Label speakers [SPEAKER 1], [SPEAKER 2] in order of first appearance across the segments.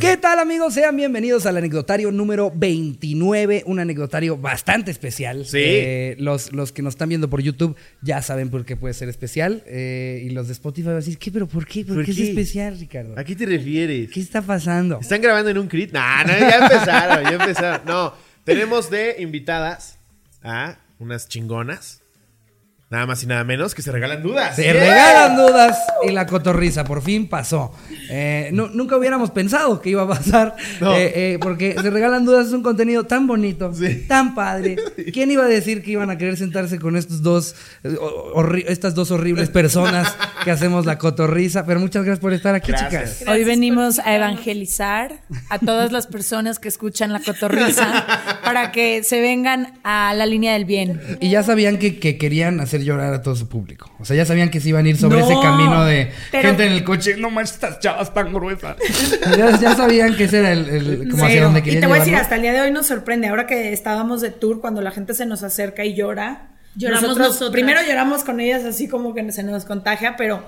[SPEAKER 1] ¿Qué tal amigos? Sean bienvenidos al anecdotario número 29, un anecdotario bastante especial.
[SPEAKER 2] Sí.
[SPEAKER 1] Eh, los, los que nos están viendo por YouTube ya saben por qué puede ser especial. eh, y los de Spotify van a decir, ¿qué? ¿Pero por qué? ¿Por,
[SPEAKER 2] ¿Por
[SPEAKER 1] qué,
[SPEAKER 2] qué?
[SPEAKER 1] es especial, Ricardo?
[SPEAKER 2] ¿A qué te refieres?
[SPEAKER 1] ¿Qué está pasando?
[SPEAKER 2] ¿Están grabando en un crit? Nah, no, ya empezaron, ya empezaron. No, tenemos de invitadas a unas chingonas. Nada más y nada menos que se regalan dudas.
[SPEAKER 1] Se
[SPEAKER 2] ¡Yeah!
[SPEAKER 1] regalan dudas y la cotorriza por fin pasó. Eh, nu- nunca hubiéramos pensado que iba a pasar,
[SPEAKER 2] No.
[SPEAKER 1] eh, eh, porque se regalan dudas es un contenido tan bonito,
[SPEAKER 2] Sí.
[SPEAKER 1] tan padre. ¿Quién iba a decir que iban a querer sentarse con estos dos, eh, o- horri- estas dos horribles personas que hacemos la cotorriza? Pero muchas gracias por estar aquí,
[SPEAKER 2] Gracias.
[SPEAKER 1] chicas.
[SPEAKER 3] Hoy
[SPEAKER 4] Gracias
[SPEAKER 3] venimos
[SPEAKER 4] por
[SPEAKER 3] a
[SPEAKER 4] invitarnos.
[SPEAKER 3] evangelizar a todas las personas que escuchan la cotorriza para que se vengan a la línea del bien.
[SPEAKER 1] Y ya sabían que, que querían hacer llorar a todo su público. O sea, ya sabían que se iban a ir sobre
[SPEAKER 3] No,
[SPEAKER 1] ese camino de
[SPEAKER 3] pero-
[SPEAKER 1] gente en el coche. No manches, estas chavas tan gruesas. ya, ya sabían que ese era el, el- como hacia
[SPEAKER 4] Cero.
[SPEAKER 1] donde
[SPEAKER 4] y te
[SPEAKER 1] querían
[SPEAKER 4] voy a decir,
[SPEAKER 1] llevarlo.
[SPEAKER 4] hasta el día de hoy nos sorprende. Ahora que estábamos de tour, cuando la gente se nos acerca y llora,
[SPEAKER 3] Lloramos nosotras.
[SPEAKER 4] Primero lloramos con ellas, así como que se nos contagia, pero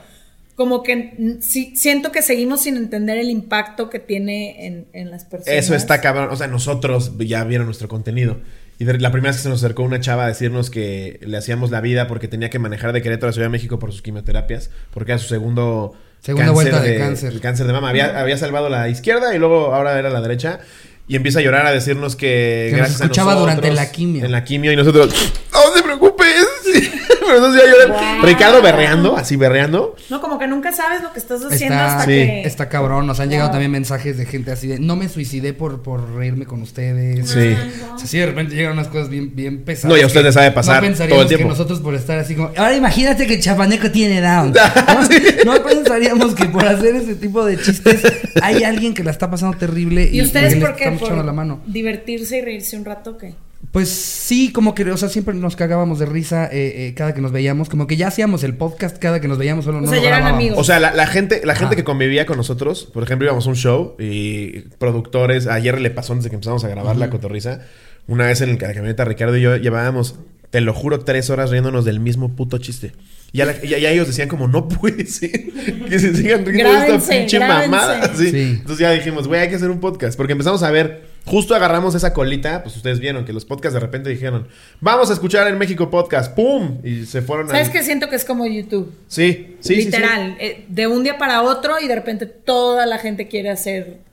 [SPEAKER 4] como que mm, sí, siento que seguimos sin entender el impacto que tiene en, en las personas.
[SPEAKER 2] Eso está cabrón. O sea, nosotros ya vieron nuestro contenido. Y de- la primera vez que se nos acercó una chava a decirnos que le hacíamos la vida porque tenía que manejar de Querétaro a Ciudad de México por sus quimioterapias, porque era su segundo.
[SPEAKER 1] Segunda vuelta de cáncer.
[SPEAKER 2] el cáncer de mama. Había, había salvado la izquierda y luego ahora era la derecha. Y empieza a llorar a decirnos que.
[SPEAKER 1] Que nos
[SPEAKER 2] gracias a
[SPEAKER 1] escuchaba
[SPEAKER 2] nosotros,
[SPEAKER 1] durante la quimio.
[SPEAKER 2] En la quimio y nosotros. ¡No te preocupes! Pero entonces ya lloran. Ricardo berreando, así berreando.
[SPEAKER 4] No, como que nunca sabes lo que estás haciendo
[SPEAKER 1] Está,
[SPEAKER 4] hasta
[SPEAKER 2] Sí.
[SPEAKER 4] que.
[SPEAKER 1] está cabrón. Nos han llegado también mensajes de gente así de no me suicidé por, por reírme con ustedes.
[SPEAKER 2] Sí.
[SPEAKER 1] O sea, sí, de repente llegan unas cosas bien, bien pesadas.
[SPEAKER 2] No, y a usted
[SPEAKER 1] que
[SPEAKER 2] le sabe pasar
[SPEAKER 1] No pensaríamos
[SPEAKER 2] todo el tiempo.
[SPEAKER 1] que nosotros por estar así como. Ahora imagínate que Chapaneco tiene down. ¿no? No pensaríamos que por hacer ese tipo de chistes hay alguien que la está pasando terrible y,
[SPEAKER 4] ¿Y ustedes
[SPEAKER 1] y le
[SPEAKER 4] por qué?
[SPEAKER 1] estamos echando
[SPEAKER 4] ¿Por
[SPEAKER 1] la mano.
[SPEAKER 4] divertirse y reírse un rato que.
[SPEAKER 1] Pues sí, como que, o sea, siempre nos cagábamos de risa eh, eh, cada que nos veíamos. Como que ya hacíamos el podcast cada que nos veíamos, solo no
[SPEAKER 4] sea,
[SPEAKER 1] lo
[SPEAKER 4] ya eran
[SPEAKER 1] grabábamos.
[SPEAKER 4] amigos.
[SPEAKER 2] O sea, la, la gente, la gente
[SPEAKER 1] Ah.
[SPEAKER 2] que convivía con nosotros, por ejemplo, íbamos a un show y productores, ayer le pasó antes de que empezamos a grabar la cotorriza, una vez en el- la camioneta Ricardo y yo llevábamos, te lo juro, tres horas riéndonos del mismo puto chiste. Y ya, la- ya- ya ellos decían como, no puede ser que se sigan riendo de esta
[SPEAKER 4] Grábense,
[SPEAKER 2] pinche
[SPEAKER 4] grábense.
[SPEAKER 2] mamada. Sí.
[SPEAKER 1] Sí.
[SPEAKER 2] Entonces ya dijimos, güey, hay que hacer un podcast. Porque empezamos a ver, justo agarramos esa colita, pues ustedes vieron que los podcasts de repente dijeron, vamos a escuchar en México podcast, ¡pum! Y se fueron
[SPEAKER 4] ¿Sabes
[SPEAKER 2] al-
[SPEAKER 4] qué? Siento que es como YouTube.
[SPEAKER 2] Sí, sí, sí, sí.
[SPEAKER 4] Literal. eh, de un día para otro y de repente toda la gente quiere hacer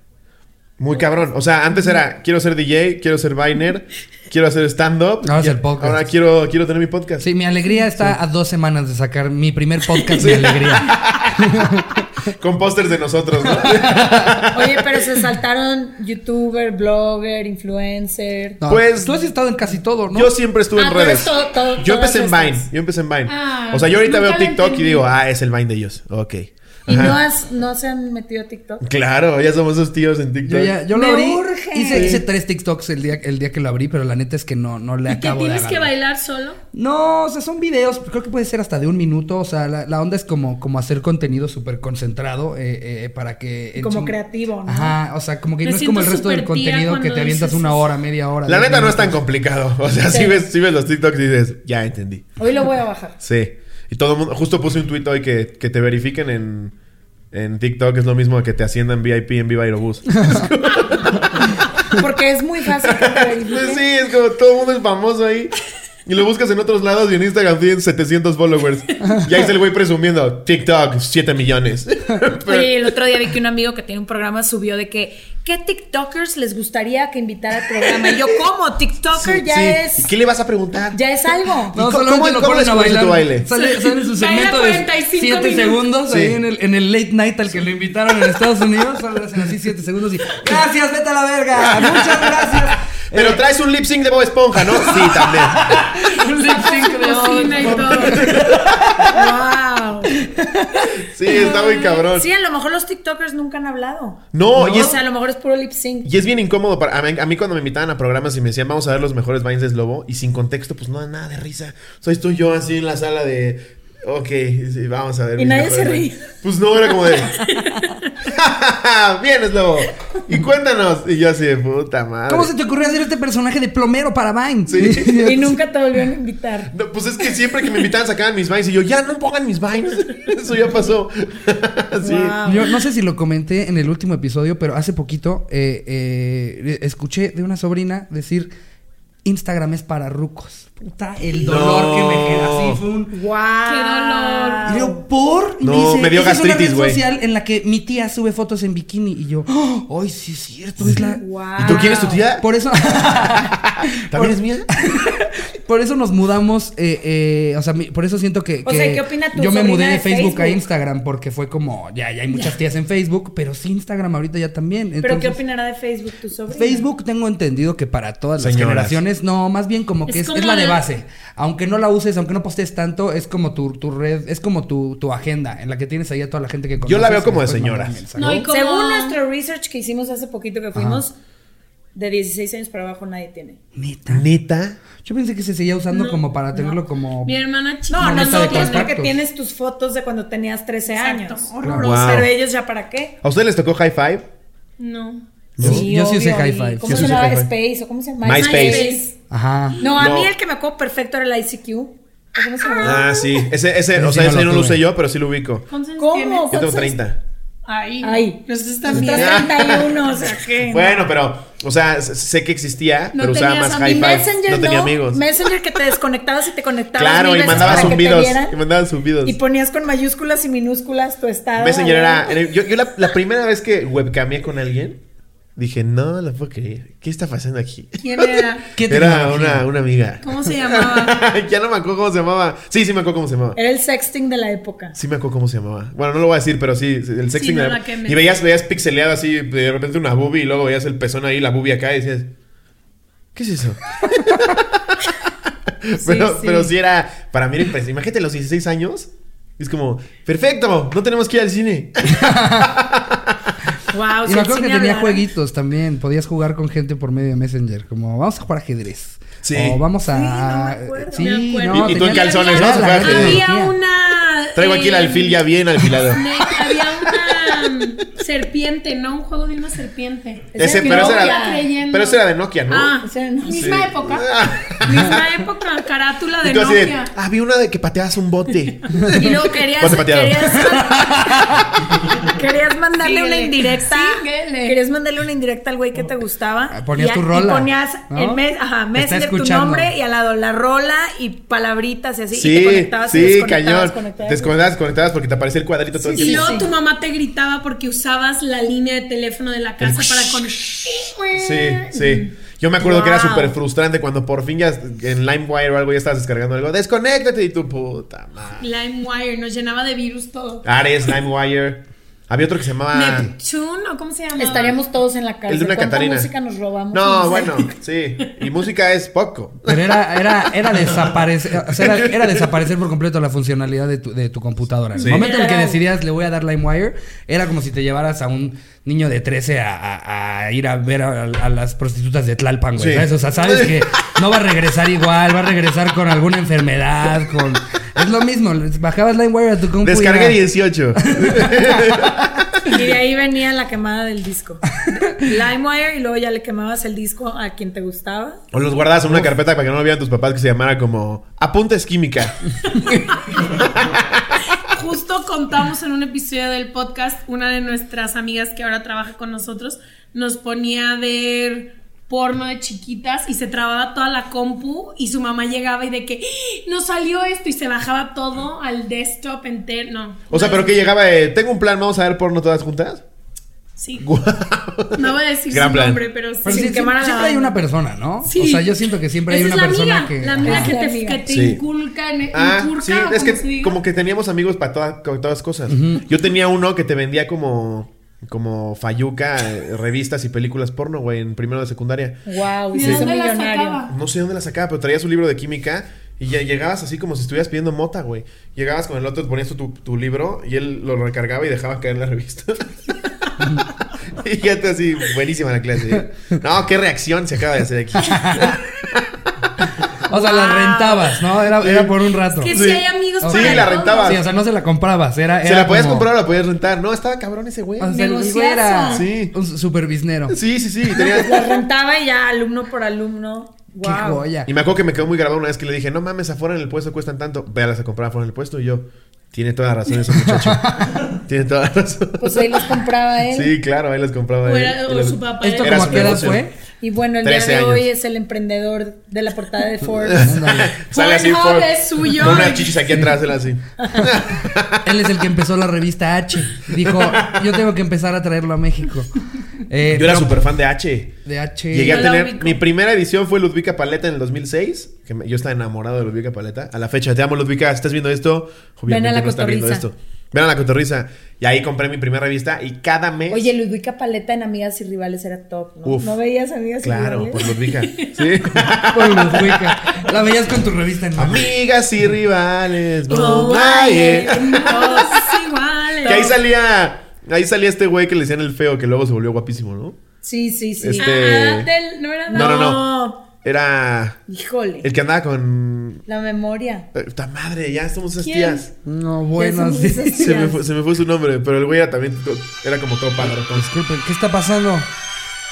[SPEAKER 2] Muy cabrón. O sea, antes era quiero ser DJ, quiero ser Viner, quiero hacer stand-up.
[SPEAKER 1] Ahora es
[SPEAKER 2] Y
[SPEAKER 1] el podcast.
[SPEAKER 2] Ahora quiero, quiero tener mi podcast.
[SPEAKER 1] Sí, mi alegría está a dos semanas de sacar mi primer podcast de alegría.
[SPEAKER 2] Con pósters de nosotros, ¿no?
[SPEAKER 4] Oye, pero se saltaron youtuber, blogger, influencer.
[SPEAKER 1] No,
[SPEAKER 2] Pues-
[SPEAKER 1] tú has estado en casi todo, ¿no?
[SPEAKER 2] Yo siempre estuve
[SPEAKER 4] Ah,
[SPEAKER 2] en
[SPEAKER 4] tú eres
[SPEAKER 2] redes.
[SPEAKER 4] todo- todo-
[SPEAKER 2] yo
[SPEAKER 4] todas
[SPEAKER 2] empecé en
[SPEAKER 4] estas.
[SPEAKER 2] Vine. Yo empecé en Vine.
[SPEAKER 4] Ah,
[SPEAKER 2] o sea, yo ahorita
[SPEAKER 4] nunca
[SPEAKER 2] veo
[SPEAKER 4] lo
[SPEAKER 2] TikTok y
[SPEAKER 4] entendí.
[SPEAKER 2] digo, ah, es el Vine de ellos. Ok.
[SPEAKER 4] ¿Y
[SPEAKER 2] Ajá.
[SPEAKER 4] no, has, no se han metido a TikTok?
[SPEAKER 2] Claro, ya somos esos tíos en TikTok.
[SPEAKER 1] Yo, ya, yo lo
[SPEAKER 4] Me
[SPEAKER 1] abrí.
[SPEAKER 4] urge.
[SPEAKER 1] Hice, hice tres TikToks el día, el día que lo abrí, pero la neta es que no, no le
[SPEAKER 4] ¿Y qué
[SPEAKER 1] acabo de
[SPEAKER 4] tienes
[SPEAKER 1] agarrar.
[SPEAKER 4] bailar solo?
[SPEAKER 1] No, o sea, son videos, creo que puede ser hasta de un minuto. O sea, la, la onda es como, como hacer contenido súper concentrado eh, eh, para que.
[SPEAKER 4] Como
[SPEAKER 1] echen-
[SPEAKER 4] creativo, ¿no?
[SPEAKER 1] Ajá, o sea, como que
[SPEAKER 5] Me
[SPEAKER 1] no es como el
[SPEAKER 5] siento
[SPEAKER 1] resto del
[SPEAKER 5] súper tía
[SPEAKER 1] contenido que
[SPEAKER 5] cuando
[SPEAKER 1] te avientas
[SPEAKER 5] dices
[SPEAKER 1] una
[SPEAKER 5] eso.
[SPEAKER 1] hora, media hora.
[SPEAKER 2] La
[SPEAKER 1] diez
[SPEAKER 2] neta no es
[SPEAKER 1] minutos.
[SPEAKER 2] tan complicado. O sea, si, ves, si ves los TikToks y dices, ya entendí.
[SPEAKER 4] Hoy lo voy a bajar.
[SPEAKER 2] Sí. Y todo el mundo, justo puse un tweet hoy que, que te verifiquen en, en TikTok es lo mismo que te asciendan VIP en Viva Aerobús.
[SPEAKER 4] Porque es muy fácil que te
[SPEAKER 2] Pues
[SPEAKER 4] verifiquen.
[SPEAKER 2] sí, es como todo el mundo es famoso ahí. Y lo buscas en otros lados y en Instagram tienen 700 followers. Y ahí está el güey presumiendo TikTok, 7 millones.
[SPEAKER 3] Oye, el otro día vi que un amigo que tiene un programa subió de que
[SPEAKER 4] ¿Qué TikTokers les gustaría que invitara al programa? Y yo, ¿cómo? TikToker ya
[SPEAKER 2] ¿Y
[SPEAKER 4] es.
[SPEAKER 2] qué le vas a preguntar?
[SPEAKER 4] Ya es algo.
[SPEAKER 2] ¿Y
[SPEAKER 1] No,
[SPEAKER 2] cómo-
[SPEAKER 1] solamente
[SPEAKER 2] cómo-
[SPEAKER 1] lo
[SPEAKER 2] cómo
[SPEAKER 1] ponen a
[SPEAKER 2] descubriste
[SPEAKER 1] bailar.
[SPEAKER 2] tu baile?
[SPEAKER 1] Sale, sale su
[SPEAKER 5] Baila
[SPEAKER 1] segmento de
[SPEAKER 5] 45
[SPEAKER 1] 7
[SPEAKER 5] minutos.
[SPEAKER 1] segundos ahí
[SPEAKER 2] Sí.
[SPEAKER 1] en el, en el late night al que lo invitaron en Estados Unidos. Solo le hacen así 7 segundos y. ¡Gracias, vete a la verga! ¡Muchas gracias!
[SPEAKER 2] Pero traes un lip sync de Bob Esponja, ¿no? Sí, también.
[SPEAKER 1] Un lip sync de
[SPEAKER 5] cocina y todo.
[SPEAKER 4] ¡Wow!
[SPEAKER 2] Sí, está muy cabrón.
[SPEAKER 4] Sí, a lo mejor los TikTokers nunca han hablado.
[SPEAKER 2] No, y
[SPEAKER 4] o
[SPEAKER 2] es-
[SPEAKER 4] sea, a lo mejor es puro lip sync.
[SPEAKER 2] Y es bien incómodo para a mí, a mí cuando me invitaban a programas y me decían, vamos a ver los mejores vines de Slobo, y sin contexto, pues no da nada de risa. O sea, estoy yo así en la sala de Ok, sí, vamos a ver.
[SPEAKER 4] Y
[SPEAKER 2] mis
[SPEAKER 4] nadie
[SPEAKER 2] mejores
[SPEAKER 4] se
[SPEAKER 2] amigos.
[SPEAKER 4] reía.
[SPEAKER 2] Pues no, era como de. Bien, Slobo. Y cuéntanos. Y yo así de puta madre.
[SPEAKER 1] ¿Cómo se te ocurrió hacer este personaje de plomero para Vine?
[SPEAKER 2] Sí.
[SPEAKER 4] Y nunca te volvieron a invitar.
[SPEAKER 2] No, pues es que siempre que me invitaban sacaban mis vines y yo, ya no pongan mis vines. Eso ya pasó. sí.
[SPEAKER 4] Wow.
[SPEAKER 1] Yo no sé si lo comenté en el último episodio, pero hace poquito eh, eh, escuché de una sobrina decir Instagram es para rucos. Puta, el dolor
[SPEAKER 2] No.
[SPEAKER 1] que me queda. Así fue un. Y yo, ¿por? Y
[SPEAKER 2] No, me dio
[SPEAKER 1] "Esa
[SPEAKER 2] gastritis,
[SPEAKER 1] es una
[SPEAKER 2] güey".
[SPEAKER 1] red social en la que mi tía sube fotos en bikini. Y yo, ¡Oh! ¡ay, sí es cierto! Es la...
[SPEAKER 4] Wow.
[SPEAKER 2] ¿Y tú quién es tu tía?
[SPEAKER 1] Por eso.
[SPEAKER 2] ¿También es mía?
[SPEAKER 1] Por eso nos mudamos, eh, eh, o sea, mi- por eso siento que...
[SPEAKER 4] O sea, ¿qué opina tu
[SPEAKER 1] Yo me
[SPEAKER 4] sobrina
[SPEAKER 1] mudé de
[SPEAKER 4] de
[SPEAKER 1] Facebook, a
[SPEAKER 4] Facebook?
[SPEAKER 1] Instagram porque fue como, ya, ya hay muchas tías en Facebook, pero sí Instagram ahorita ya también.
[SPEAKER 4] ¿Pero qué
[SPEAKER 1] Entonces,
[SPEAKER 4] opinará de Facebook tu sobrina?
[SPEAKER 1] Facebook tengo entendido que para todas las
[SPEAKER 2] Señoras.
[SPEAKER 1] generaciones, no, más bien como que es, es
[SPEAKER 3] Es como
[SPEAKER 1] la de
[SPEAKER 3] el-
[SPEAKER 1] base. Aunque no la uses, aunque no postees tanto, es como tu, tu red, es como tu, tu agenda en la que tienes ahí a toda la gente que conoces.
[SPEAKER 2] Yo la veo
[SPEAKER 1] y
[SPEAKER 2] como de
[SPEAKER 1] después Oh, mandas
[SPEAKER 2] señoras.
[SPEAKER 1] mensajes.
[SPEAKER 3] No, y como...
[SPEAKER 4] Según nuestro research que hicimos hace poquito que fuimos, de 16 años para abajo nadie tiene.
[SPEAKER 1] Neta.
[SPEAKER 2] Neta.
[SPEAKER 1] Yo pensé que se seguía usando como para tenerlo como...
[SPEAKER 3] Mi hermana chica.
[SPEAKER 4] No,
[SPEAKER 1] Como lista de
[SPEAKER 4] nosotros porque
[SPEAKER 1] contactos.
[SPEAKER 4] tienes tus fotos de cuando tenías 13
[SPEAKER 3] Exacto.
[SPEAKER 4] años.
[SPEAKER 3] Horroroso.
[SPEAKER 2] Wow.
[SPEAKER 4] Pero ellos ya para qué.
[SPEAKER 2] ¿A ustedes les tocó high five?
[SPEAKER 3] No.
[SPEAKER 1] Yo- yo sí usé
[SPEAKER 4] obvio,
[SPEAKER 1] high
[SPEAKER 4] ¿y
[SPEAKER 1] five,
[SPEAKER 4] ¿Cómo
[SPEAKER 2] yo
[SPEAKER 4] se
[SPEAKER 2] sí usé
[SPEAKER 4] llamaba
[SPEAKER 2] high five.
[SPEAKER 4] Space o cómo se llama?
[SPEAKER 2] MySpace.
[SPEAKER 1] Ajá.
[SPEAKER 4] No, a
[SPEAKER 2] No.
[SPEAKER 4] mí el que me acuerdo perfecto era el ICQ. ¿O ¿Cómo se llamaba?
[SPEAKER 2] Ah, sí. Ese, ese,
[SPEAKER 1] Pero
[SPEAKER 2] o
[SPEAKER 1] sí
[SPEAKER 2] sea,
[SPEAKER 1] no
[SPEAKER 2] ese
[SPEAKER 1] lo
[SPEAKER 2] no lo
[SPEAKER 1] tuve.
[SPEAKER 2] usé yo, pero sí lo ubico.
[SPEAKER 3] Entonces,
[SPEAKER 4] ¿Cómo?
[SPEAKER 3] ¿quién
[SPEAKER 2] Yo
[SPEAKER 3] es?
[SPEAKER 2] tengo
[SPEAKER 4] ¿Cuántos años?
[SPEAKER 2] 30.
[SPEAKER 3] Ay.
[SPEAKER 4] Ay.
[SPEAKER 3] Nosotros
[SPEAKER 4] Nosotros
[SPEAKER 3] también.
[SPEAKER 4] 31, o sea que. no.
[SPEAKER 2] Bueno, pero, o sea, s- sé que existía,
[SPEAKER 3] No
[SPEAKER 2] pero usaba
[SPEAKER 3] tenías
[SPEAKER 2] más
[SPEAKER 3] amigos.
[SPEAKER 2] high
[SPEAKER 4] Y
[SPEAKER 2] five.
[SPEAKER 4] Messenger
[SPEAKER 2] No
[SPEAKER 4] no,
[SPEAKER 2] tenía amigos.
[SPEAKER 4] Messenger que te desconectabas y te conectabas.
[SPEAKER 2] Claro,
[SPEAKER 4] mil
[SPEAKER 2] y
[SPEAKER 4] veces
[SPEAKER 2] mandaba
[SPEAKER 4] para que te
[SPEAKER 2] zumbidos.
[SPEAKER 4] vieran.
[SPEAKER 2] Y mandaba zumbidos.
[SPEAKER 4] Y ponías con mayúsculas y minúsculas tu estado.
[SPEAKER 2] Messenger
[SPEAKER 4] ¿verdad?
[SPEAKER 2] era. era- yo yo la, la primera vez que webcameé con alguien, dije, no la puedo creer. ¿Qué está pasando aquí?
[SPEAKER 3] ¿Quién era?
[SPEAKER 1] ¿Qué
[SPEAKER 2] Era
[SPEAKER 1] tecnología?
[SPEAKER 2] una, una amiga.
[SPEAKER 3] ¿Cómo se llamaba?
[SPEAKER 2] ya no me acuerdo cómo se llamaba. Sí, sí me acuerdo cómo se llamaba.
[SPEAKER 4] Era el sexting de la época.
[SPEAKER 2] Sí me acuerdo cómo se llamaba. Bueno, no lo voy a decir, pero sí, sí, el sexting.
[SPEAKER 3] no
[SPEAKER 2] era-
[SPEAKER 3] la quemes.
[SPEAKER 2] y veías, veías pixeleado así, de repente una boobie, y luego veías el pezón ahí, la boobie acá, y decías, ¿qué es eso? pero,
[SPEAKER 3] sí.
[SPEAKER 2] pero sí era, para mí era impresionante. Imagínate los 16 años. Es como, perfecto, no tenemos que ir al cine.
[SPEAKER 4] Wow,
[SPEAKER 1] Y me acuerdo que tenía jueguitos también. Podías jugar con gente por medio de Messenger. Como, vamos a jugar ajedrez.
[SPEAKER 2] Sí.
[SPEAKER 1] O vamos
[SPEAKER 4] Sí,
[SPEAKER 1] a.
[SPEAKER 4] no me acuerdo.
[SPEAKER 1] Sí,
[SPEAKER 3] Me acuerdo.
[SPEAKER 1] no,
[SPEAKER 2] Y- y tú en
[SPEAKER 1] tenías-
[SPEAKER 2] calzones, ¿no?
[SPEAKER 1] Era la
[SPEAKER 2] Había
[SPEAKER 1] gran
[SPEAKER 3] Había
[SPEAKER 1] tecnología.
[SPEAKER 3] una.
[SPEAKER 2] Traigo aquí el
[SPEAKER 3] eh,
[SPEAKER 2] alfil ya bien alfilado.
[SPEAKER 3] ne- Había una serpiente, ¿no? Un juego de una serpiente.
[SPEAKER 2] Ese,
[SPEAKER 4] Ese
[SPEAKER 2] pero, ese
[SPEAKER 4] Nokia.
[SPEAKER 2] era,
[SPEAKER 3] Creyendo.
[SPEAKER 2] pero ese era de Nokia, ¿no?
[SPEAKER 3] Ah,
[SPEAKER 4] Ese era de Nokia.
[SPEAKER 3] misma
[SPEAKER 2] Sí.
[SPEAKER 3] época. Misma época, carátula
[SPEAKER 2] Y
[SPEAKER 3] de
[SPEAKER 2] tú así de,
[SPEAKER 3] Nokia.
[SPEAKER 2] ah, vi una de que pateabas un bote.
[SPEAKER 3] Y luego querías,
[SPEAKER 2] Pase pateado.
[SPEAKER 4] Querías mandarle
[SPEAKER 3] Síguele.
[SPEAKER 4] una indirecta.
[SPEAKER 3] Síguele.
[SPEAKER 4] Querías mandarle una indirecta al güey que te gustaba.
[SPEAKER 1] Ah, ponías
[SPEAKER 4] y a-
[SPEAKER 1] tu rola,
[SPEAKER 4] Y ponías
[SPEAKER 1] ¿no?
[SPEAKER 4] en mes, ajá,
[SPEAKER 1] Está
[SPEAKER 4] Messenger tu
[SPEAKER 1] escuchando.
[SPEAKER 4] nombre y al lado la rola y palabritas y así. y te
[SPEAKER 2] Sí,
[SPEAKER 4] conectabas y
[SPEAKER 2] sí,
[SPEAKER 4] desconectabas,
[SPEAKER 2] cañón.
[SPEAKER 4] conectabas.
[SPEAKER 2] Desconectabas, conectabas porque te aparecía el cuadrito todo el
[SPEAKER 3] Y
[SPEAKER 2] tiempo.
[SPEAKER 3] luego
[SPEAKER 4] sí.
[SPEAKER 3] tu mamá te gritaba porque usabas la línea de teléfono de la casa
[SPEAKER 2] El-
[SPEAKER 3] para con.
[SPEAKER 2] Sí, sí. Yo me acuerdo que era
[SPEAKER 4] Wow.
[SPEAKER 2] súper frustrante cuando por fin ya en LimeWire o algo ya estabas descargando algo. Desconéctate y tu puta madre.
[SPEAKER 3] LimeWire, nos llenaba de virus todo.
[SPEAKER 2] Ares, LimeWire. Había otro que se llamaba.
[SPEAKER 3] Neptune, ¿o cómo se llamaba?
[SPEAKER 4] Estaríamos todos en la cárcel.
[SPEAKER 2] El de una
[SPEAKER 4] ¿Cuánta
[SPEAKER 2] Catarina.
[SPEAKER 4] música nos robamos?
[SPEAKER 2] No,
[SPEAKER 4] sé.
[SPEAKER 2] bueno, sí. Y música es poco.
[SPEAKER 1] Pero era, era, era desaparecer. o sea, era, era desaparecer por completo la funcionalidad de tu, de tu computadora. En
[SPEAKER 2] Sí.
[SPEAKER 1] el momento en el que decidías, le voy a dar LimeWire, era como si te llevaras a un niño de 13 a, a- a ir a ver a, a las prostitutas de Tlalpan, güey.
[SPEAKER 2] Sí.
[SPEAKER 1] ¿sabes? O sea, sabes que no va a regresar igual, va a regresar con alguna enfermedad, con. Es lo mismo, bajabas LimeWire a tu compu. y
[SPEAKER 2] Descargué
[SPEAKER 1] era-
[SPEAKER 2] 18.
[SPEAKER 4] Y de ahí venía la quemada del disco. LimeWire y luego ya le quemabas el disco a quien te gustaba.
[SPEAKER 2] O los guardabas en una carpeta para que no lo vieran tus papás que se llamara como Apuntes Química.
[SPEAKER 3] Justo contamos en un episodio del podcast, una de nuestras amigas que ahora trabaja con nosotros nos ponía a ver porno de chiquitas y se trababa toda la compu y su mamá llegaba y de que "¡Ah! no salió esto y se bajaba todo al desktop entero. No.
[SPEAKER 2] O sea, pero que llegaba de, tengo un plan, vamos a ver porno todas juntas.
[SPEAKER 3] Sí.
[SPEAKER 2] Guau.
[SPEAKER 3] No voy a decir
[SPEAKER 2] Gran
[SPEAKER 3] su
[SPEAKER 2] plan.
[SPEAKER 3] nombre, pero sí.
[SPEAKER 1] Pero sí,
[SPEAKER 4] Sin
[SPEAKER 1] siempre,
[SPEAKER 4] quemar a la
[SPEAKER 1] siempre hay
[SPEAKER 4] banda.
[SPEAKER 1] una persona, ¿no?
[SPEAKER 3] Sí.
[SPEAKER 1] O sea, yo siento que siempre
[SPEAKER 3] Esa
[SPEAKER 1] hay
[SPEAKER 3] es
[SPEAKER 1] una
[SPEAKER 3] la
[SPEAKER 1] persona
[SPEAKER 3] amiga,
[SPEAKER 1] que.
[SPEAKER 3] La amiga
[SPEAKER 1] Ajá.
[SPEAKER 3] que
[SPEAKER 4] La
[SPEAKER 3] te,
[SPEAKER 4] amiga.
[SPEAKER 3] que te
[SPEAKER 2] Sí.
[SPEAKER 3] inculca, en,
[SPEAKER 2] Ah,
[SPEAKER 3] inculca
[SPEAKER 2] sí,
[SPEAKER 3] o
[SPEAKER 2] es
[SPEAKER 3] como
[SPEAKER 2] que
[SPEAKER 3] se diga.
[SPEAKER 2] como que teníamos amigos para todas, con todas cosas. Yo tenía uno que te vendía como como Fayuca, eh, revistas y películas porno, güey, en primero de secundaria.
[SPEAKER 4] Wow, y
[SPEAKER 3] ¿De
[SPEAKER 4] se hizo
[SPEAKER 3] dónde la
[SPEAKER 4] millonario.
[SPEAKER 3] sacaba?
[SPEAKER 2] No sé dónde la sacaba, pero traías un libro de química y ya llegabas así como si estuvieras pidiendo mota, güey. Llegabas con el otro, ponías tu, tu libro y él lo recargaba y dejaba caer la revista. y ya te así, buenísima la clase. ¿eh? No, qué reacción se acaba de hacer aquí.
[SPEAKER 1] O sea, la rentabas, ¿no? Era, era por un rato.
[SPEAKER 3] Que
[SPEAKER 2] Sí.
[SPEAKER 3] si hay amigos pesos
[SPEAKER 1] O
[SPEAKER 2] Sí,
[SPEAKER 1] sea,
[SPEAKER 3] para
[SPEAKER 2] la
[SPEAKER 3] todo.
[SPEAKER 2] rentabas.
[SPEAKER 1] Sí, o sea, no se la comprabas. Era,
[SPEAKER 2] Se
[SPEAKER 1] era
[SPEAKER 2] la podías
[SPEAKER 1] como- Ah,
[SPEAKER 2] comprar o la podías rentar. No, estaba cabrón ese güey.
[SPEAKER 1] O sea, el güey era
[SPEAKER 3] Negociazo.
[SPEAKER 2] Sí.
[SPEAKER 1] un super biznero.
[SPEAKER 2] Sí, sí, sí. tenía-
[SPEAKER 4] Las rentaba y ya alumno por alumno.
[SPEAKER 1] Qué
[SPEAKER 4] Wow.
[SPEAKER 1] joya.
[SPEAKER 2] Y me acuerdo que me quedó muy grabado una vez que le dije, no mames, afuera en el puesto cuestan tanto. Véalas a comprar afuera en el puesto. Y yo, tiene toda la razón ese muchacho. tiene toda la razón.
[SPEAKER 4] Pues ahí los compraba él.
[SPEAKER 2] Sí, claro, ahí las compraba.
[SPEAKER 3] O
[SPEAKER 2] él.
[SPEAKER 3] era-
[SPEAKER 2] Y
[SPEAKER 3] o
[SPEAKER 2] las-
[SPEAKER 3] su papá
[SPEAKER 1] ¿Esto
[SPEAKER 2] Era
[SPEAKER 1] como
[SPEAKER 2] su
[SPEAKER 1] a qué edad
[SPEAKER 2] negocio.
[SPEAKER 1] fue?
[SPEAKER 4] Y bueno, el día
[SPEAKER 2] 13
[SPEAKER 4] de
[SPEAKER 2] años.
[SPEAKER 4] hoy es el emprendedor de la portada de Forbes.
[SPEAKER 2] Sale así
[SPEAKER 3] Pornhub
[SPEAKER 2] por-
[SPEAKER 3] es suyo.
[SPEAKER 2] Con unas chichis aquí atrás, él así.
[SPEAKER 1] Él es el que empezó la revista H. Dijo, yo tengo que empezar a traerlo a México. Eh,
[SPEAKER 2] Yo era
[SPEAKER 1] pero-
[SPEAKER 2] súper fan de H.
[SPEAKER 1] De H.
[SPEAKER 2] Llegué a
[SPEAKER 3] No la
[SPEAKER 2] tener.
[SPEAKER 3] ubico.
[SPEAKER 2] Mi primera edición fue Ludvica Paleta en el 2006. Que me- yo estaba enamorado de Ludvica Paleta. A la fecha, te amo, Ludvica. Si estás viendo esto, obviamente
[SPEAKER 4] Ven a la
[SPEAKER 2] no estás viendo
[SPEAKER 4] cotorriza.
[SPEAKER 2] esto. Ven a la cotorriza. Y ahí compré mi primera revista. Y cada mes.
[SPEAKER 4] Oye, Ludwika Paleta en Amigas y Rivales era top, ¿no?
[SPEAKER 2] Uf.
[SPEAKER 4] ¿No veías Amigas y
[SPEAKER 2] Claro, pues, por
[SPEAKER 4] Rivales?
[SPEAKER 2] Ludvica. Sí.
[SPEAKER 1] Por los Wicca. La veías con tu revista en mano.
[SPEAKER 2] Amigas y rivales.
[SPEAKER 4] Oh,
[SPEAKER 3] Todo
[SPEAKER 2] Bonaye.
[SPEAKER 3] todos iguales.
[SPEAKER 2] que ahí salía. Ahí salía este güey que le decían el feo, que luego se volvió guapísimo, ¿no?
[SPEAKER 4] Sí, sí, sí.
[SPEAKER 2] Este-
[SPEAKER 3] Ah, Adel, no era
[SPEAKER 2] No, no, no.
[SPEAKER 4] No.
[SPEAKER 2] Era.
[SPEAKER 4] Híjole.
[SPEAKER 2] El que andaba con.
[SPEAKER 4] La memoria.
[SPEAKER 2] Eh, ¡Ta madre! Ya somos esas
[SPEAKER 4] ¿Quién?
[SPEAKER 2] tías.
[SPEAKER 1] No, buenos
[SPEAKER 4] Ya somos
[SPEAKER 1] días.
[SPEAKER 2] Se me, fue, se me fue su nombre, pero el güey era también. Era como todo pájaro. entonces.
[SPEAKER 1] Disculpen, ¿qué está pasando?